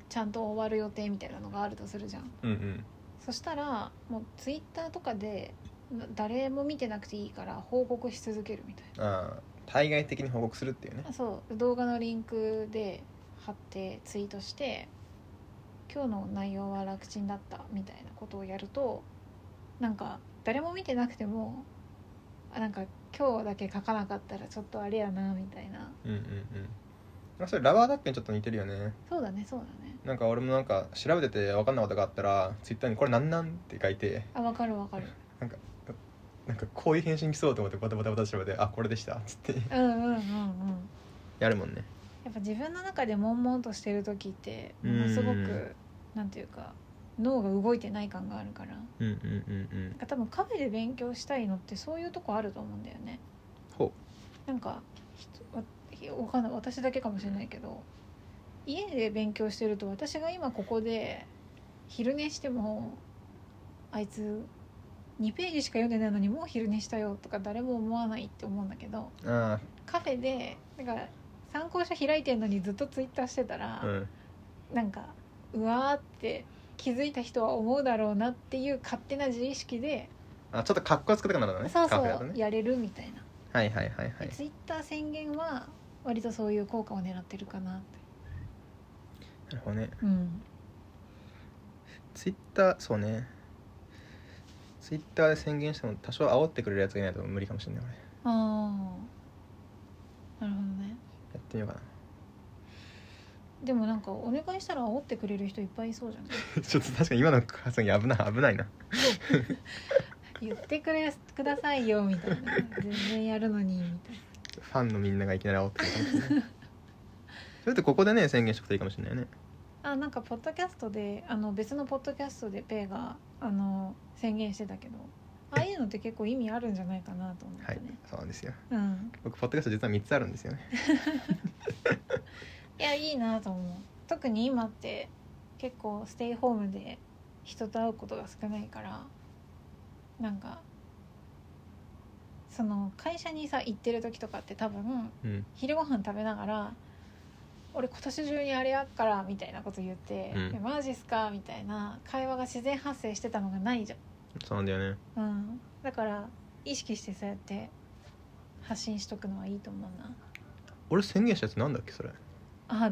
[SPEAKER 2] ちゃんと終わる予定みたいなのがあるとするじゃん
[SPEAKER 1] うんうん
[SPEAKER 2] そしたらもうツイッターとかで誰も見てなくていいから報告し続けるみたい
[SPEAKER 1] ああ対外的に報告するっていうね
[SPEAKER 2] なそう動画のリンクで貼ってツイートして今日の内容は楽ちんだったみたいなことをやるとなんか誰も見てなくてもあなんか今日だけ書かなかったらちょっとあれやなみたいな
[SPEAKER 1] うんうんうんまあそれラバーダップにちょっと似てるよね
[SPEAKER 2] そうだねそうだね
[SPEAKER 1] なんか俺もなんか調べてて分かんないことがあったらツイッターに「これなんなん?」って書いて
[SPEAKER 2] あわかるわ かる
[SPEAKER 1] なんかこういう返信来そうと思ってバタバタバタ調べて「あこれでした」っつって
[SPEAKER 2] うんうんうんうん
[SPEAKER 1] やるもんね
[SPEAKER 2] やっぱ自分の中で悶々としてる時ってものすご
[SPEAKER 1] うん
[SPEAKER 2] くなんていうか脳が動いてない感があるからなん
[SPEAKER 1] うんうんうんうん
[SPEAKER 2] か多分カフェで勉強したいのってそういうとこあると思うんだよね
[SPEAKER 1] ほ
[SPEAKER 2] なんかひとわひわかんない私だけかもしれないけど家で勉強してると私が今ここで昼寝してもあいつ2ページしか読んでないのにもう昼寝したよとか誰も思わないって思うんだけど
[SPEAKER 1] うあ
[SPEAKER 2] カフェでだから参考書開いてんのにずっとツイッターしてたら
[SPEAKER 1] あ、うん
[SPEAKER 2] なんかうわーって気づいた人は思うだろうなっていう勝手な自意識で、
[SPEAKER 1] あちょっとかっこつけたくなるのね
[SPEAKER 2] そうそ
[SPEAKER 1] カフェだと
[SPEAKER 2] う、
[SPEAKER 1] ね
[SPEAKER 2] やれるみたいな、
[SPEAKER 1] はいはいはいはい
[SPEAKER 2] ツイッター宣言は割とそういう効果を狙ってるかなって
[SPEAKER 1] なるほどね
[SPEAKER 2] うん
[SPEAKER 1] ツイッターそうねツイッターで宣言しても多少煽ってくれるやつがいないと無理かもしれない俺
[SPEAKER 2] ああなるほどね
[SPEAKER 1] やってみようか
[SPEAKER 2] でもなんかお願いしたら煽ってくれる人いっぱいいそうじゃない
[SPEAKER 1] な ちょっと確かに今の発言危ない危ないな
[SPEAKER 2] 言ってくれくださいよみた いな全然やるのにみたい
[SPEAKER 1] ファンのみんながいきなり煽ってくるかもしれない それってここでね宣言してくといいかもしれないよね
[SPEAKER 2] なあなんかポッドキャストであの別のポッドキャストでペイがあの宣言してたけどああいうのって結構意味あるんじゃないかなと思って
[SPEAKER 1] はい
[SPEAKER 2] ね、
[SPEAKER 1] そうなんですよ
[SPEAKER 2] うん
[SPEAKER 1] 僕ポッドキャスト実は3つあるんですよね
[SPEAKER 2] いやいいなと思う特に今って結構ステイホームで人と会うことが少ないからなんかその会社にさ行ってる時とかって多分
[SPEAKER 1] うん
[SPEAKER 2] 昼ご飯食べながら「俺今年中にあれやっから」みたいなこと言って「
[SPEAKER 1] うん
[SPEAKER 2] えマジっすか?」みたいな会話が自然発生してたのがないじ
[SPEAKER 1] そうなんだよね
[SPEAKER 2] ゃん、うん、だから意識してそうやって発信しとくのはいいと思うな
[SPEAKER 1] 俺宣言したやつなんだっけ それ
[SPEAKER 2] あ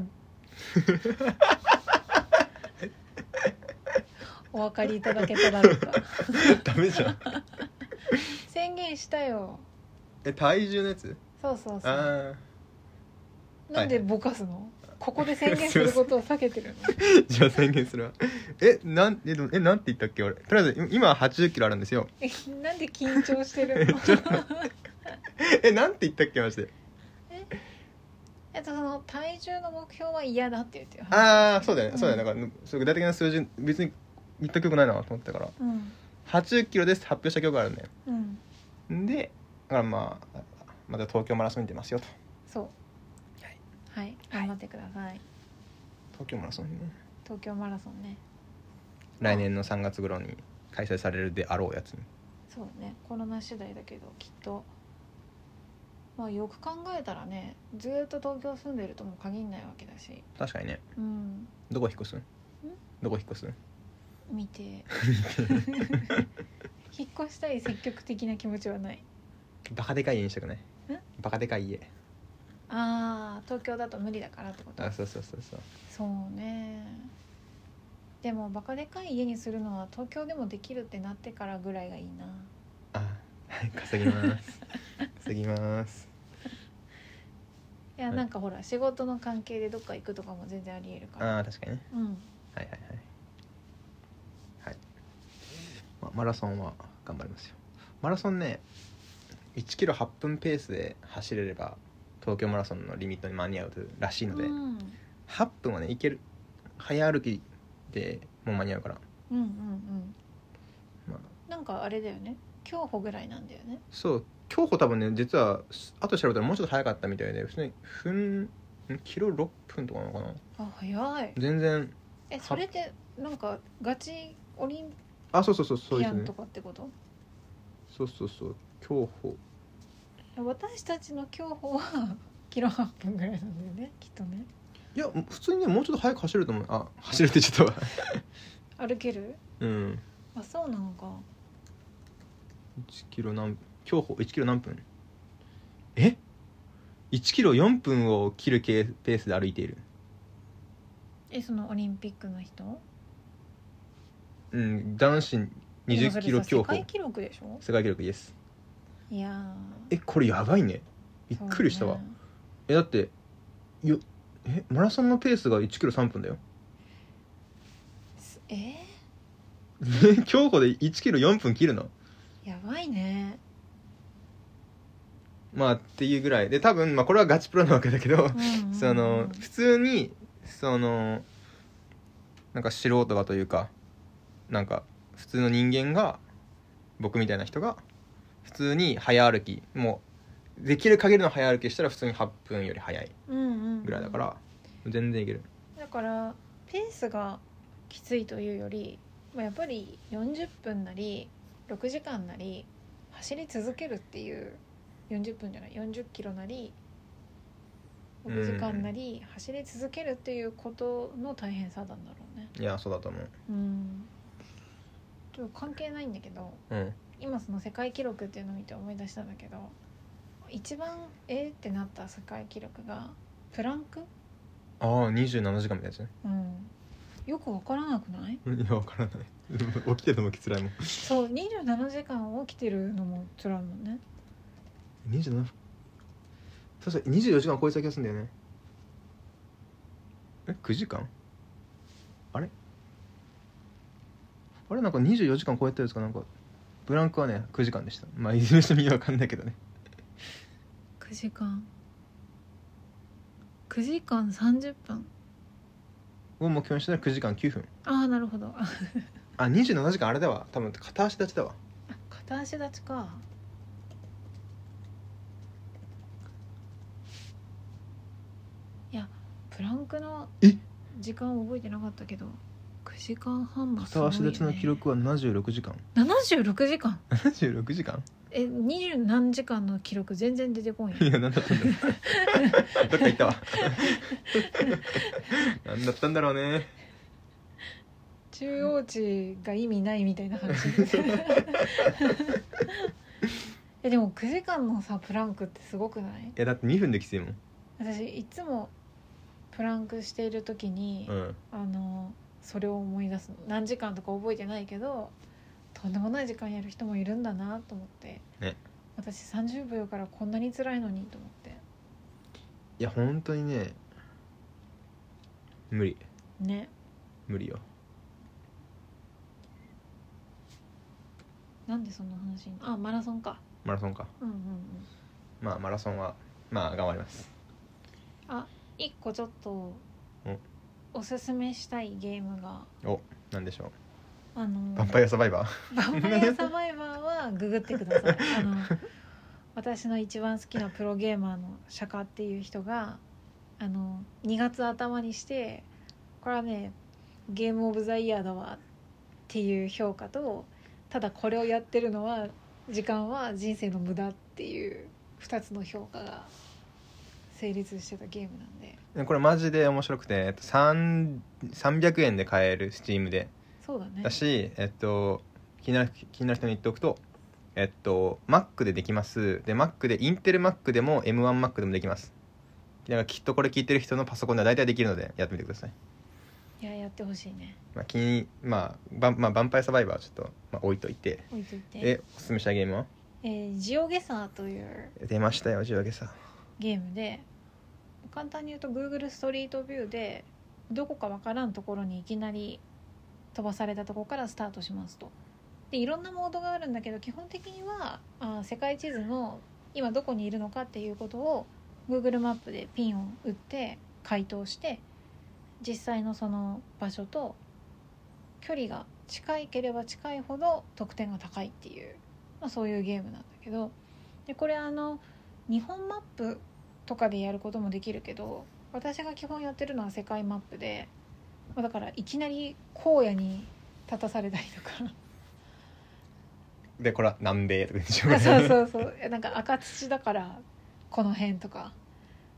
[SPEAKER 2] お分かりいただけただろうか
[SPEAKER 1] ダメじゃん
[SPEAKER 2] 宣言したよ
[SPEAKER 1] え体重のやつ
[SPEAKER 2] そうそうそう
[SPEAKER 1] あ
[SPEAKER 2] なんでぼかすの、ここで宣言することを避け てるの
[SPEAKER 1] あじゃあ宣言するわえなんえでもえなんて言ったっけ俺とりあえず今8 0キロあるんですよ
[SPEAKER 2] えなんで緊張してるの
[SPEAKER 1] えなんて言ったっけまして
[SPEAKER 2] えっとその体重の目標は嫌だって言ってる
[SPEAKER 1] ああそうだよねそうだよ
[SPEAKER 2] ね
[SPEAKER 1] ねなんかそういう具体的な数字別に言った記憶ないなと思ってたから
[SPEAKER 2] うん
[SPEAKER 1] 8 0キロですって発表した記憶があるんだよ
[SPEAKER 2] うん
[SPEAKER 1] でだからまあまた東京マラソンに出ますよと
[SPEAKER 2] そうはい、頑張ってください
[SPEAKER 1] 東京マラソンにね
[SPEAKER 2] 東京マラソンね
[SPEAKER 1] 来年の3月頃に開催されるであろうやつに
[SPEAKER 2] そうだねコロナ次第だけどきっとまあよく考えたらねずーっと東京住んでるとも限んないわけだし
[SPEAKER 1] 確かにね
[SPEAKER 2] うん
[SPEAKER 1] どこ引っ越すどこ引っ越す
[SPEAKER 2] 見て 引っ越したい積極的な気持ちはない
[SPEAKER 1] バカでかい家にしたくないバカでかい家
[SPEAKER 2] ああ東京だと無理だからってこと
[SPEAKER 1] あそうそうそうそう
[SPEAKER 2] そうねでもバカでかい家にするのは東京でもできるってなってからぐらいがいいな
[SPEAKER 1] あはい稼ぎます 稼ぎます
[SPEAKER 2] いや、
[SPEAKER 1] はい
[SPEAKER 2] なんかほら仕事の関係でどっか行くとかも全然ありえるから
[SPEAKER 1] ああ確かにね
[SPEAKER 2] うん
[SPEAKER 1] はいはいはいはい、まあマラソンは頑張りますよマラソンね1キロ8分ペースで走れれば東京マラソンのリミットに間に合うらしいので、
[SPEAKER 2] うん
[SPEAKER 1] 8分はねいける早歩きでもう間に合うから
[SPEAKER 2] うんうんうん
[SPEAKER 1] まあ
[SPEAKER 2] なんかあれだよね競歩ぐらいなんだよね
[SPEAKER 1] そう競歩多分ね実は後で調べたらもうちょっと早かったみたいで普通に分んキロ6分とかなのかな
[SPEAKER 2] あ早い
[SPEAKER 1] 全然
[SPEAKER 2] えそれってなんかガチオリン
[SPEAKER 1] あそうそうそうそう
[SPEAKER 2] ピ
[SPEAKER 1] で
[SPEAKER 2] ア
[SPEAKER 1] す
[SPEAKER 2] ン
[SPEAKER 1] ね
[SPEAKER 2] とかってこと、
[SPEAKER 1] そうそうそう競歩
[SPEAKER 2] 私たちの競歩はキロ8分ぐらいなんだよねきっとね
[SPEAKER 1] いや普通にねもうちょっと早く走れると思うあ走るってちょっと
[SPEAKER 2] 歩ける
[SPEAKER 1] うん
[SPEAKER 2] あそうなのか
[SPEAKER 1] 1キロ何競歩1キロ何分え1キロ4分を切るペースで歩いている
[SPEAKER 2] えそのオリンピックの人
[SPEAKER 1] うん男子20キロ
[SPEAKER 2] でもそれさ
[SPEAKER 1] 競
[SPEAKER 2] 世
[SPEAKER 1] 歩
[SPEAKER 2] 界記録でしょ
[SPEAKER 1] 世界記録イエス
[SPEAKER 2] いやー
[SPEAKER 1] えこれやばいねびっくりしたわ、
[SPEAKER 2] そうね
[SPEAKER 1] えだってよえマラソンのペースが1キロ3分だよ
[SPEAKER 2] すえ
[SPEAKER 1] え競歩で1キロ4分切るの
[SPEAKER 2] ー、やばいね
[SPEAKER 1] まあっていうぐらいで多分、まあ、これはガチプロなわけだけど、
[SPEAKER 2] うんうんう ん
[SPEAKER 1] その普通にそのなんか素人がというかなんか普通の人間が僕みたいな人が普通に早歩きもうできる限りの早歩きしたら普通に8分より早い
[SPEAKER 2] うんうんうん
[SPEAKER 1] ぐらいだから、全然いける
[SPEAKER 2] だからペースがきついというよりまあやっぱり40分なり6時間なり走り続けるっていう40分じゃない40キロなり6時間なり走り続けるっていうことの大変さなんだろうね。
[SPEAKER 1] いやそうだと思う
[SPEAKER 2] うんちょっと関係ないんだけど
[SPEAKER 1] うん
[SPEAKER 2] 今その世界記録っていうのを見て思い出したんだけど一番えーってなった世界記録がプランク、
[SPEAKER 1] ああ27時間みたいですね
[SPEAKER 2] うん、よくわからなくない
[SPEAKER 1] いや分からない 起きてるのもきつらいもん
[SPEAKER 2] そう27時間起きてるのも辛いもんね
[SPEAKER 1] 27分確かに24時間超えてた気がするんだよねえ9時間あれあれなんか24時間超えたやつかなんかブランクはね9時間でしたまあいずれにしても意味わかんないけどね
[SPEAKER 2] 9時間9時間30分
[SPEAKER 1] を目標にしたら9時間9分
[SPEAKER 2] ああなるほどあ
[SPEAKER 1] あ27時間あれだわ多分片足立ちだわ
[SPEAKER 2] 片足立ちかいやプランクの
[SPEAKER 1] え
[SPEAKER 2] 時間覚えてなかったけど9時間半もす
[SPEAKER 1] 片
[SPEAKER 2] ごい
[SPEAKER 1] 足
[SPEAKER 2] よ、ね、
[SPEAKER 1] 立ちの記録は76時間
[SPEAKER 2] 76時間
[SPEAKER 1] 76時間
[SPEAKER 2] え二十何時間の記録全然出てこんや
[SPEAKER 1] いや何だったん だろうどっか行ったわ 何だったんだろうね
[SPEAKER 2] 中央値が意味ないみたいな 話えでも9時間のさプランクってすごくない
[SPEAKER 1] いやだって2分できついもん
[SPEAKER 2] 私いつもプランクしている時に、
[SPEAKER 1] うん
[SPEAKER 2] あのそれを思い出すの何時間とか覚えてないけどとんでもない時間やる人もいるんだなと思って、
[SPEAKER 1] ね
[SPEAKER 2] 私30秒からこんなに辛いのにと思って
[SPEAKER 1] いや本当にね無理
[SPEAKER 2] ね
[SPEAKER 1] 無理よ
[SPEAKER 2] なんでそんな話にあマラソンか
[SPEAKER 1] マラソンか
[SPEAKER 2] うんうんうん
[SPEAKER 1] まあマラソンはまあ頑張ります
[SPEAKER 2] 一個ちょっとおすすめしたいゲームが
[SPEAKER 1] なんでしょ
[SPEAKER 2] あの
[SPEAKER 1] うヴァンパイアサバイバー
[SPEAKER 2] バンパイアサバイバーはググってくださいあの私の一番好きなプロゲーマーの釈迦っていう人があの2月頭にしてこれはねゲームオブザイヤーだわっていう評価とただこれをやってるのは時間は人生の無駄っていう2つの評価が成立してたゲームなんで
[SPEAKER 1] でこれマジで面白くて、えっと、3 300円で買える Steam で
[SPEAKER 2] そうだね
[SPEAKER 1] だしえっと気になる気になる人に言っておくとえっと Mac でできますで Mac でインテル Mac でも M1Mac でもできますだからきっとこれ聞いてる人のパソコンでは大体できるのでやってみてください
[SPEAKER 2] いややってほしいね
[SPEAKER 1] まあ気にまあバン、まあ、ヴァンパイアサバイバーはちょっと、まあ、置いといて
[SPEAKER 2] 置いといて
[SPEAKER 1] えおすすめしたゲームは
[SPEAKER 2] えージオゲサーという
[SPEAKER 1] 出ましたよ地上げさ
[SPEAKER 2] ゲームで簡単に言うと Google ストリートビューでどこかわからんところにいきなり飛ばされたところからスタートしますと。でいろんなモードがあるんだけど基本的にはあー世界地図の今どこにいるのかっていうことを Google マップでピンを打って回答して実際のその場所と距離が近いければ近いほど得点が高いっていう、まあ、そういうゲームなんだけどでこれあの日本マップとかでやることもできるけど私が基本やってるのは世界マップでまあだからいきなり荒野に立たされたりとか
[SPEAKER 1] でこれは南米とかでしょ
[SPEAKER 2] あそうそうそういやなんか赤土だからこの辺とか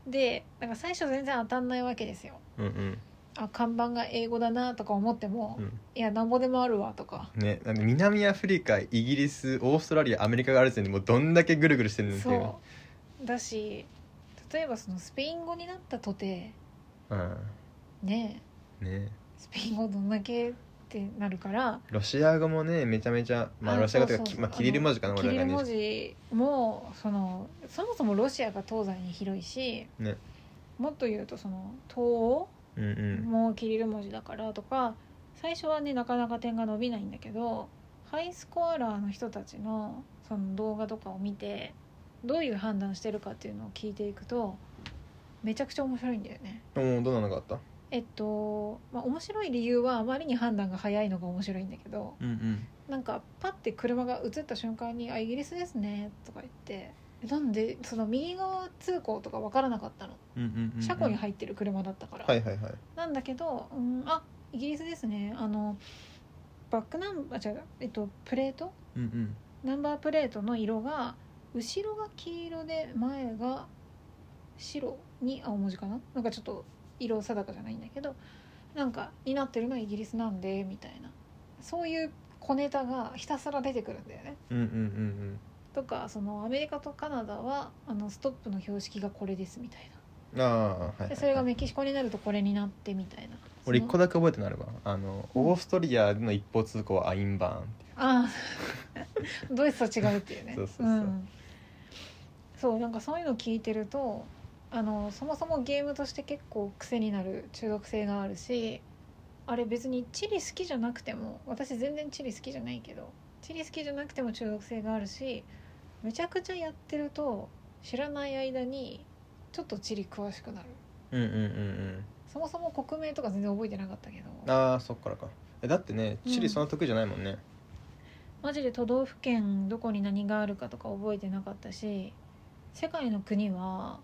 [SPEAKER 2] でなんか最初全然当たんないわけですよ
[SPEAKER 1] うんうん
[SPEAKER 2] あ看板が英語だなとか思っても、
[SPEAKER 1] うん
[SPEAKER 2] いやなんぼでもあるわとか
[SPEAKER 1] ねなんで南アフリカイギリスオーストラリアアメリカがある時点でもうどんだけぐるぐるしてるんですよ
[SPEAKER 2] そうだし例えばそのスペイン語になったとて
[SPEAKER 1] う、うん
[SPEAKER 2] ねえ
[SPEAKER 1] ね、
[SPEAKER 2] スペイン語どんだけってなるから
[SPEAKER 1] ロシア語もねめちゃめちゃまあ
[SPEAKER 2] あ
[SPEAKER 1] ロシア語というか
[SPEAKER 2] そうそう
[SPEAKER 1] きまあ、キリル文字かな
[SPEAKER 2] キ
[SPEAKER 1] 俺
[SPEAKER 2] リ
[SPEAKER 1] ら
[SPEAKER 2] ル
[SPEAKER 1] が
[SPEAKER 2] 文
[SPEAKER 1] ね
[SPEAKER 2] 字もそのそもそもロシアが東西に広いし、
[SPEAKER 1] ね
[SPEAKER 2] もっと言うとその東欧
[SPEAKER 1] うんうん
[SPEAKER 2] もうキリル文字だからとか最初はねなかなか点が伸びないんだけどハイスコアラーの人たちのその動画とかを見てどういう判断してるかっていうのを聞いていくとめちゃくちゃ面白いんだよね。
[SPEAKER 1] もうどんなのがあった
[SPEAKER 2] えっと、まあ、面白い理由はあまりに判断が早いのが面白いんだけど
[SPEAKER 1] うんうん
[SPEAKER 2] なんかパッて車が映った瞬間に「あイギリスですね」とか言ってえなんでその右側通行とか分からなかったの
[SPEAKER 1] うんうんうんうん
[SPEAKER 2] 車庫に入ってる車だったから、
[SPEAKER 1] はいはいはい
[SPEAKER 2] なんだけど、うん、あイギリスですねあのバックナンバー違う、えっと、プレート
[SPEAKER 1] うんうん
[SPEAKER 2] ナンバープレートの色が後ろが黄色で前が白に青文字かななんかちょっと色定かじゃないんだけどなんかになってるのはイギリスなんでみたいなそういう小ネタがひたすら出てくるんだよね。
[SPEAKER 1] うんうんうん
[SPEAKER 2] とかそのアメリカとカナダはあのストップの標識がこれですみたい
[SPEAKER 1] うんああはいはい、は、
[SPEAKER 2] ないでそれがメキシコになるとこれになってみたいな
[SPEAKER 1] 俺一
[SPEAKER 2] その
[SPEAKER 1] 個だけ覚えてなるわあのオーストリアの一方通行はアインバーンって
[SPEAKER 2] ああ ドイツと違うっていうね、
[SPEAKER 1] そうそうそうん
[SPEAKER 2] そうなんかそういうの聞いてるとあのそもそもゲームとして結構癖になる中毒性があるしあれ別にチリ好きじゃなくても私全然チリ好きじゃないけどチリ好きじゃなくても中毒性があるしめちゃくちゃやってると知らない間にちょっとチリ詳しくなる
[SPEAKER 1] うんうんうん
[SPEAKER 2] そもそも国名とか全然覚えてなかったけど
[SPEAKER 1] うんああそっからかえだってねチリそんな得意じゃないもんね、
[SPEAKER 2] マジで都道府県どこに何があるかとか覚えてなかったし世界の国は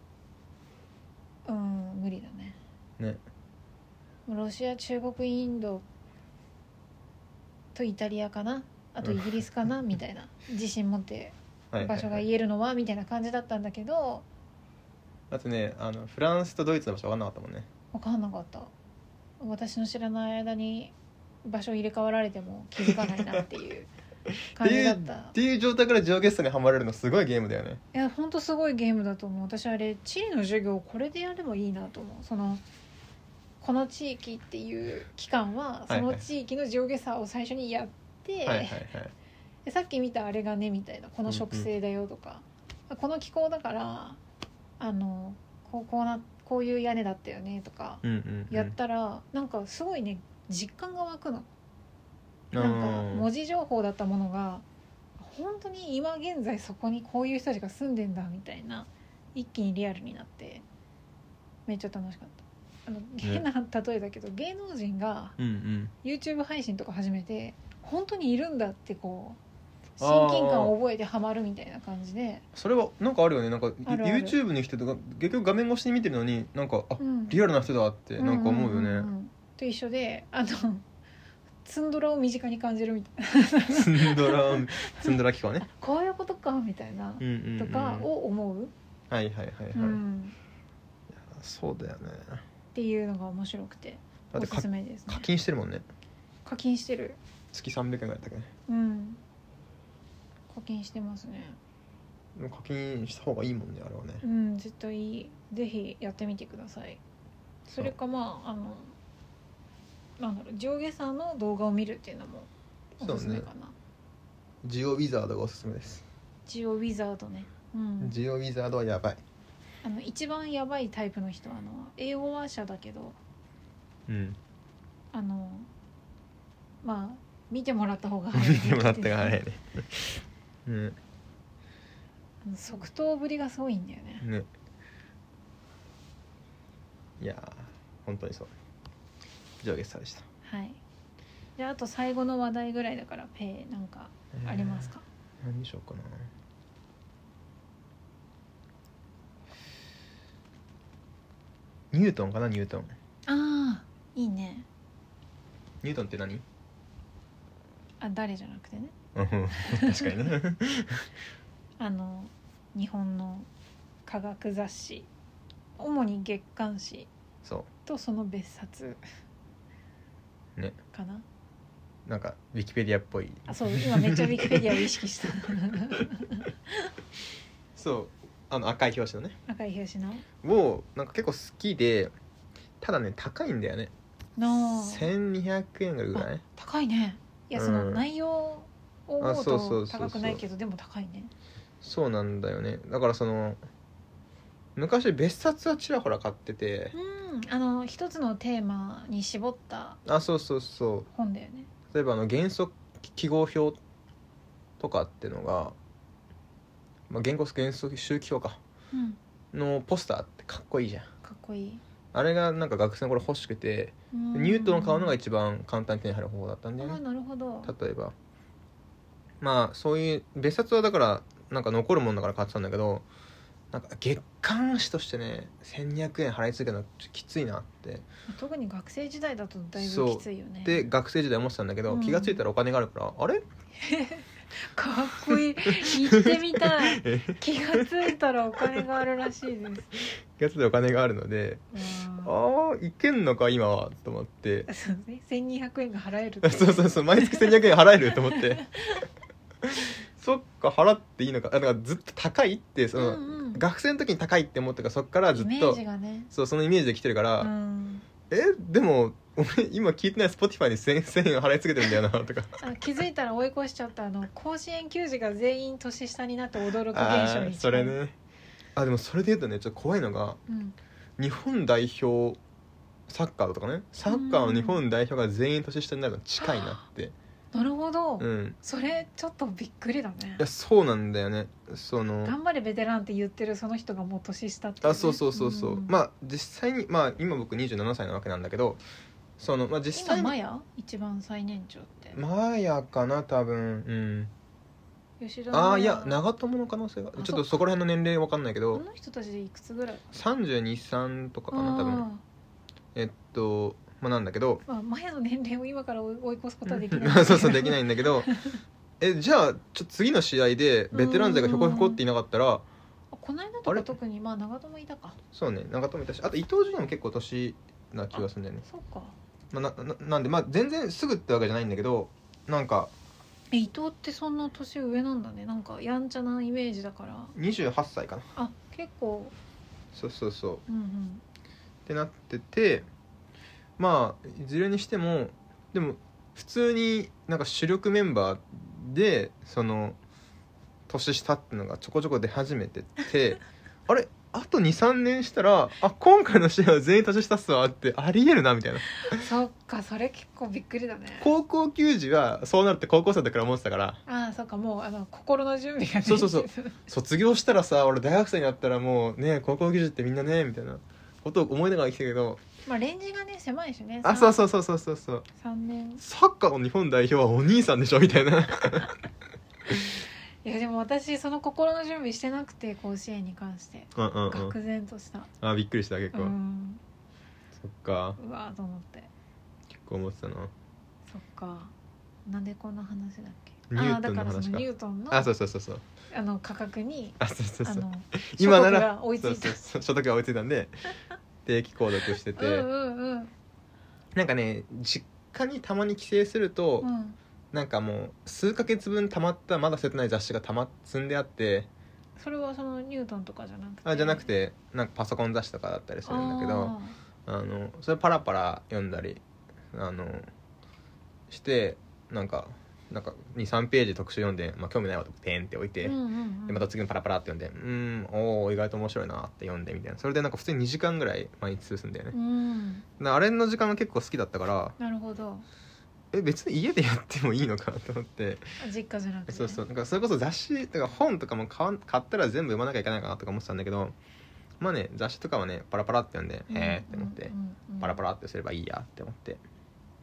[SPEAKER 2] うん無理だね
[SPEAKER 1] ね
[SPEAKER 2] ロシア中国インドとイタリアかなあと
[SPEAKER 1] うん
[SPEAKER 2] イギリスかなみたいな自信 持って
[SPEAKER 1] はいは
[SPEAKER 2] 場
[SPEAKER 1] い、
[SPEAKER 2] 所が
[SPEAKER 1] はい、
[SPEAKER 2] 言えるのはみたいな感じだったんだけど
[SPEAKER 1] だってねあのフランスとドイツの場所分かんなかったもんね
[SPEAKER 2] 分かんなかった私の知らない間に場所入れ替わられても気づかないなっていう感じだっ た
[SPEAKER 1] っていう状態からジオゲストにはまれるのすごいゲームだよね
[SPEAKER 2] いやほんとすごいゲームだと思う私あれ地理の授業をこれでやればいいなと思うそのこの地域っていう期間はそ
[SPEAKER 1] はいはい
[SPEAKER 2] の地域の上下差を最初にやって、
[SPEAKER 1] はいはいはい
[SPEAKER 2] でさっき見たあれがねみたいなこの植生だよとか、この気候だからあのこうこうなこういう屋根だったよねとか
[SPEAKER 1] うんうん、うん、
[SPEAKER 2] やったら、なんかすごいね実感が湧くの
[SPEAKER 1] う
[SPEAKER 2] なんか文字情報だったものが本当に今現在そこにこういう人たちが住んでんだみたいな一気にリアルになってめっちゃ楽しかったあの変な例えだけど、芸能人が
[SPEAKER 1] うんうん
[SPEAKER 2] YouTube 配信とか始めて本当にいるんだってこう
[SPEAKER 1] あー
[SPEAKER 2] 親近感を覚えてハマるみたいな感じで、
[SPEAKER 1] それはなんかあるよねなんかい
[SPEAKER 2] あるある
[SPEAKER 1] YouTube の人とか結局画面越しに見てるのになんかあ
[SPEAKER 2] うん
[SPEAKER 1] リアルな人だってなんか思うよね、
[SPEAKER 2] んんんうんと一緒であのツンドラを身近に感じるみたいな
[SPEAKER 1] ツンドラツンドラ機構ね、
[SPEAKER 2] こういうことかみたいな
[SPEAKER 1] うんうんうん、
[SPEAKER 2] とかを思う。
[SPEAKER 1] はいはいはいはい、
[SPEAKER 2] うん
[SPEAKER 1] そうだよね
[SPEAKER 2] っていうのが面白くて
[SPEAKER 1] だっ
[SPEAKER 2] お
[SPEAKER 1] て
[SPEAKER 2] す
[SPEAKER 1] か
[SPEAKER 2] すめですね
[SPEAKER 1] 課金してるもんね
[SPEAKER 2] 課金してる
[SPEAKER 1] 月300円ぐらいだったっけね
[SPEAKER 2] うん課金してますね
[SPEAKER 1] でも課金した方がいいもんねあれはね
[SPEAKER 2] うん絶対いいぜひやってみてくださいそれかまああのなんだろう上下さんの動画を見るっていうのもおすすめかな、
[SPEAKER 1] ジオウィザードがおすすめです
[SPEAKER 2] ジオウィザードねうん
[SPEAKER 1] ジオウィザードはやばい
[SPEAKER 2] あの一番やばいタイプの人はあの英語話者だけど
[SPEAKER 1] うん
[SPEAKER 2] あのまあ見てもらった方が早い
[SPEAKER 1] 見てもらったが早いね うん
[SPEAKER 2] あの即答ぶりがすごいんだよね
[SPEAKER 1] ねいやー本当にそう上下差でした
[SPEAKER 2] はい。じゃああと最後の話題ぐらいだからペイなんかあります
[SPEAKER 1] か、
[SPEAKER 2] か。
[SPEAKER 1] えー何にしようかなニュートンかなニュートン
[SPEAKER 2] ああいいね。
[SPEAKER 1] ニュートンって何
[SPEAKER 2] あ誰じゃなくてね。
[SPEAKER 1] 確かにね
[SPEAKER 2] あの日本の科学雑誌主に月刊誌
[SPEAKER 1] そ
[SPEAKER 2] とその別冊
[SPEAKER 1] ね
[SPEAKER 2] かな。
[SPEAKER 1] うなんかウィキペディアっぽい
[SPEAKER 2] あそう今めっちゃウィキペディアを意識 した。
[SPEAKER 1] そうあの赤い表紙のね
[SPEAKER 2] 赤い表紙の。
[SPEAKER 1] をなんか結構好きでただね高いんだよね
[SPEAKER 2] なあ
[SPEAKER 1] 1200円ぐらい
[SPEAKER 2] 高いねいやその
[SPEAKER 1] うん
[SPEAKER 2] 内容を思
[SPEAKER 1] あそうそうう
[SPEAKER 2] と
[SPEAKER 1] そうそう
[SPEAKER 2] 高くないけどでも高いね
[SPEAKER 1] そうなんだよねだからその昔別冊はちらほら買ってて
[SPEAKER 2] うんあの一つのテーマに絞った
[SPEAKER 1] あそうそうそう
[SPEAKER 2] 本だよね
[SPEAKER 1] 例えばあの元素記号表とかってのが、まあ、元素元素周期表か
[SPEAKER 2] うん
[SPEAKER 1] のポスターってかっこいいじゃん
[SPEAKER 2] かっこいい
[SPEAKER 1] あれがなんか学生の頃欲しくて
[SPEAKER 2] うん
[SPEAKER 1] ニュートンを買うのが一番簡単に手に入る方法だったんだよ
[SPEAKER 2] あ
[SPEAKER 1] ね
[SPEAKER 2] なるほど
[SPEAKER 1] 例えばまあそういう別冊はだからなんか残るもんだから買ってたんだけどなんか月刊誌としてね1200円払い続けるのちょっときついなって
[SPEAKER 2] 特に学生時代だとだいぶ
[SPEAKER 1] そう
[SPEAKER 2] きついよね
[SPEAKER 1] で学生時代思ってたんだけど、
[SPEAKER 2] うん
[SPEAKER 1] 気が付いたらお金があるからあれ
[SPEAKER 2] かっこ いい行ってみたい
[SPEAKER 1] え
[SPEAKER 2] 気がついたらお金があるらしいで
[SPEAKER 1] 気が付いたらお金があるのです
[SPEAKER 2] うん
[SPEAKER 1] ああいけんのか今はと思って
[SPEAKER 2] そうね1200円が払えるって
[SPEAKER 1] そうそうそう毎月1200円払えると思って そっか払っていいのかあだからずっと高いってその、
[SPEAKER 2] うんうん
[SPEAKER 1] 学生の時に高いって思ったからそっからずっ
[SPEAKER 2] イメー
[SPEAKER 1] と
[SPEAKER 2] ジがね
[SPEAKER 1] そうそのイメージで来てるから、
[SPEAKER 2] うん
[SPEAKER 1] えでも俺今聞いてない Spotify に1000 1000円払いつけてるんだよな とか
[SPEAKER 2] あ気づいたら追い越しちゃったあの甲子園球児が全員年下になって驚く現象
[SPEAKER 1] あ
[SPEAKER 2] に
[SPEAKER 1] ーそれ、ねあでもそれで言うとねちょっと怖いのが
[SPEAKER 2] うん、
[SPEAKER 1] 日本代表サッカーとかねサッカーの日本代表が全員年下になるの近いなって
[SPEAKER 2] なるほど、
[SPEAKER 1] うん
[SPEAKER 2] それちょっとびっくりだね
[SPEAKER 1] いやそうなんだよねその
[SPEAKER 2] 頑張れベテランって言ってるその人がもう年下ってね、
[SPEAKER 1] あそうそうそうそう、
[SPEAKER 2] ん
[SPEAKER 1] まあ実際にまあ今僕27歳なわけなんだけどそのまあ実
[SPEAKER 2] 今
[SPEAKER 1] 際
[SPEAKER 2] マ
[SPEAKER 1] に
[SPEAKER 2] ヤ一番最年長って、
[SPEAKER 1] マヤかな多分うん
[SPEAKER 2] 吉田
[SPEAKER 1] あ
[SPEAKER 2] 麻
[SPEAKER 1] あい
[SPEAKER 2] 也
[SPEAKER 1] や長友の可能性が
[SPEAKER 2] あ
[SPEAKER 1] ちょっとそこら辺の年齢わかんないけど
[SPEAKER 2] この人たちでいくつぐらい
[SPEAKER 1] 323とかかな多分
[SPEAKER 2] あ
[SPEAKER 1] えっとまあなんだけど
[SPEAKER 2] ーまあマヤの年齢を今から追い追い越すことはできない
[SPEAKER 1] そうそうできないいんだけどえじゃあちょっと次の試合でベテラン勢がひょこひょこっていなかったら
[SPEAKER 2] この間と
[SPEAKER 1] あ
[SPEAKER 2] か
[SPEAKER 1] れ
[SPEAKER 2] 特にまあ長友いたか
[SPEAKER 1] そうね長友いたしあと伊東純也も結構年な気がするんだよね、
[SPEAKER 2] そうか
[SPEAKER 1] まあ、なななんでまあ全然すぐってわけじゃないんだけどなんか
[SPEAKER 2] え伊藤ってそんな年上なんだねなんかやんちゃなイメージだから
[SPEAKER 1] 28歳かな
[SPEAKER 2] あ結構
[SPEAKER 1] そうそうそう
[SPEAKER 2] うん うん
[SPEAKER 1] ってなっててまあいずれにしてもでも普通になんか主力メンバーでその年下ってのがちょこちょこ出始めて てあれあと23年したらあ今回の試合は全員年下っすわってありえるなみたいな
[SPEAKER 2] そっかそれ結構びっくりだね
[SPEAKER 1] 高校球児はそうなるって高校生だから思ってたから
[SPEAKER 2] ああそっかもうあの心の準備がね
[SPEAKER 1] そうそうそう卒業したらさ俺大学生になったらもうね高校球児ってみんなねみたいなことを思いながら生きてるけど
[SPEAKER 2] まあレンジがね狭いしね
[SPEAKER 1] あそうそうそうそうそうそう
[SPEAKER 2] 3年
[SPEAKER 1] サッカーの日本代表はお兄さんでしょみたいな
[SPEAKER 2] いやでも私その心の準備してなくて甲子園に関して
[SPEAKER 1] うんうん、うん、
[SPEAKER 2] 愕然とした
[SPEAKER 1] あびっくりした結
[SPEAKER 2] う
[SPEAKER 1] 構、
[SPEAKER 2] ん
[SPEAKER 1] そっか
[SPEAKER 2] うわーと思って
[SPEAKER 1] 結構思ってたな
[SPEAKER 2] そっかなんでこんな話だっけ
[SPEAKER 1] ニュー
[SPEAKER 2] あー
[SPEAKER 1] ト
[SPEAKER 2] だ
[SPEAKER 1] ンの話か
[SPEAKER 2] からそのニュートンの
[SPEAKER 1] あそうそうそうそう
[SPEAKER 2] あの価格に
[SPEAKER 1] あそうそう
[SPEAKER 2] あ
[SPEAKER 1] そう
[SPEAKER 2] の
[SPEAKER 1] 今な
[SPEAKER 2] 所
[SPEAKER 1] ら
[SPEAKER 2] 得が追いつ
[SPEAKER 1] そ
[SPEAKER 2] いた
[SPEAKER 1] うそうそう所得が追いついたん で定期購読してて、
[SPEAKER 2] うんうんうん
[SPEAKER 1] なんかね実家にたまに帰省すると、
[SPEAKER 2] うん
[SPEAKER 1] なんかもう数ヶ月分たまったまだ捨ててない雑誌がたま積んであって
[SPEAKER 2] それはそのニュートンとかじゃなくて
[SPEAKER 1] あじゃなくてなんかパソコン雑誌とかだったりするんだけど
[SPEAKER 2] あ
[SPEAKER 1] あのそれパラパラ読んだりあのしてなんかなんか23ページ特集読んで、まあ、興味ないわとペンって置い
[SPEAKER 2] ー
[SPEAKER 1] て、
[SPEAKER 2] うんうんう
[SPEAKER 1] で
[SPEAKER 2] ん
[SPEAKER 1] また次のパラパラって読んでうーんおお意外と面白いなって読んでみたいなそれでなんか普通に2時間ぐらい毎日進んだよね
[SPEAKER 2] う、ん
[SPEAKER 1] なあれの時間が結構好きだったから
[SPEAKER 2] なるほど
[SPEAKER 1] え別に家でやってもいいのかと思って
[SPEAKER 2] あ実家じゃなくて
[SPEAKER 1] そうそうなんかそれこそ雑誌とか本とかも買わん買ったら全部読まなきゃいけないかなとか思ってたんだけどまあね雑誌とかはねパラパラって読んで、へえって思って、パラパ
[SPEAKER 2] ラ
[SPEAKER 1] ラってすればいいやって思って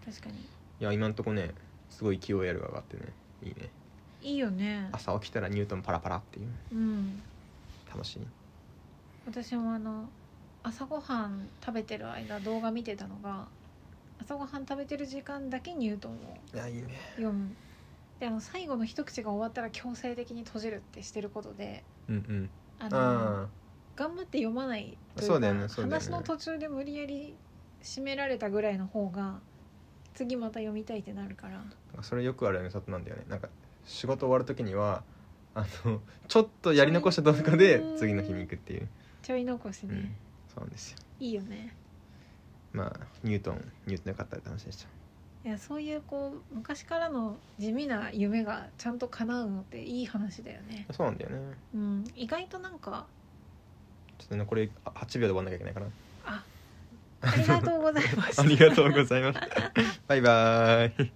[SPEAKER 2] 確かに
[SPEAKER 1] いや今んとこねすごい勢いあるが上がってねいいね
[SPEAKER 2] いいよね
[SPEAKER 1] 朝起きたらニュートンパラパラっていう
[SPEAKER 2] うん
[SPEAKER 1] 楽しい
[SPEAKER 2] 私もあの朝ごはん食べてる間動画見てたのが朝ごはん食べてる時間だけニュートンを
[SPEAKER 1] いやいいね
[SPEAKER 2] 読むであの最後の一口が終わったら強制的に閉じるってしてることで
[SPEAKER 1] うん
[SPEAKER 2] あ
[SPEAKER 1] うん
[SPEAKER 2] の
[SPEAKER 1] あ
[SPEAKER 2] 頑張って読まないというか
[SPEAKER 1] そうだよねそうだよね
[SPEAKER 2] 話の途中で無理やり締められたぐらいの方が次また読みたいってなるから
[SPEAKER 1] あそれよくあるよね里なんだよねなんか仕事終わる時にはあの ちょっとやり残した動画で次の日に行くっていう、
[SPEAKER 2] ちょい残し
[SPEAKER 1] うん
[SPEAKER 2] ね、、
[SPEAKER 1] そうなんですよ
[SPEAKER 2] いいよね
[SPEAKER 1] まあニュートンニュートンよかったって話でした
[SPEAKER 2] いやそういうこう昔からの地味な夢がちゃんと叶うのっていい話だよね、
[SPEAKER 1] そうなんだよね
[SPEAKER 2] うん、意外となん か
[SPEAKER 1] ちょっとねこれあ8秒で終わんなきゃいけないかな
[SPEAKER 2] あありがとうございまし た
[SPEAKER 1] ありがとうございましたバイバーイ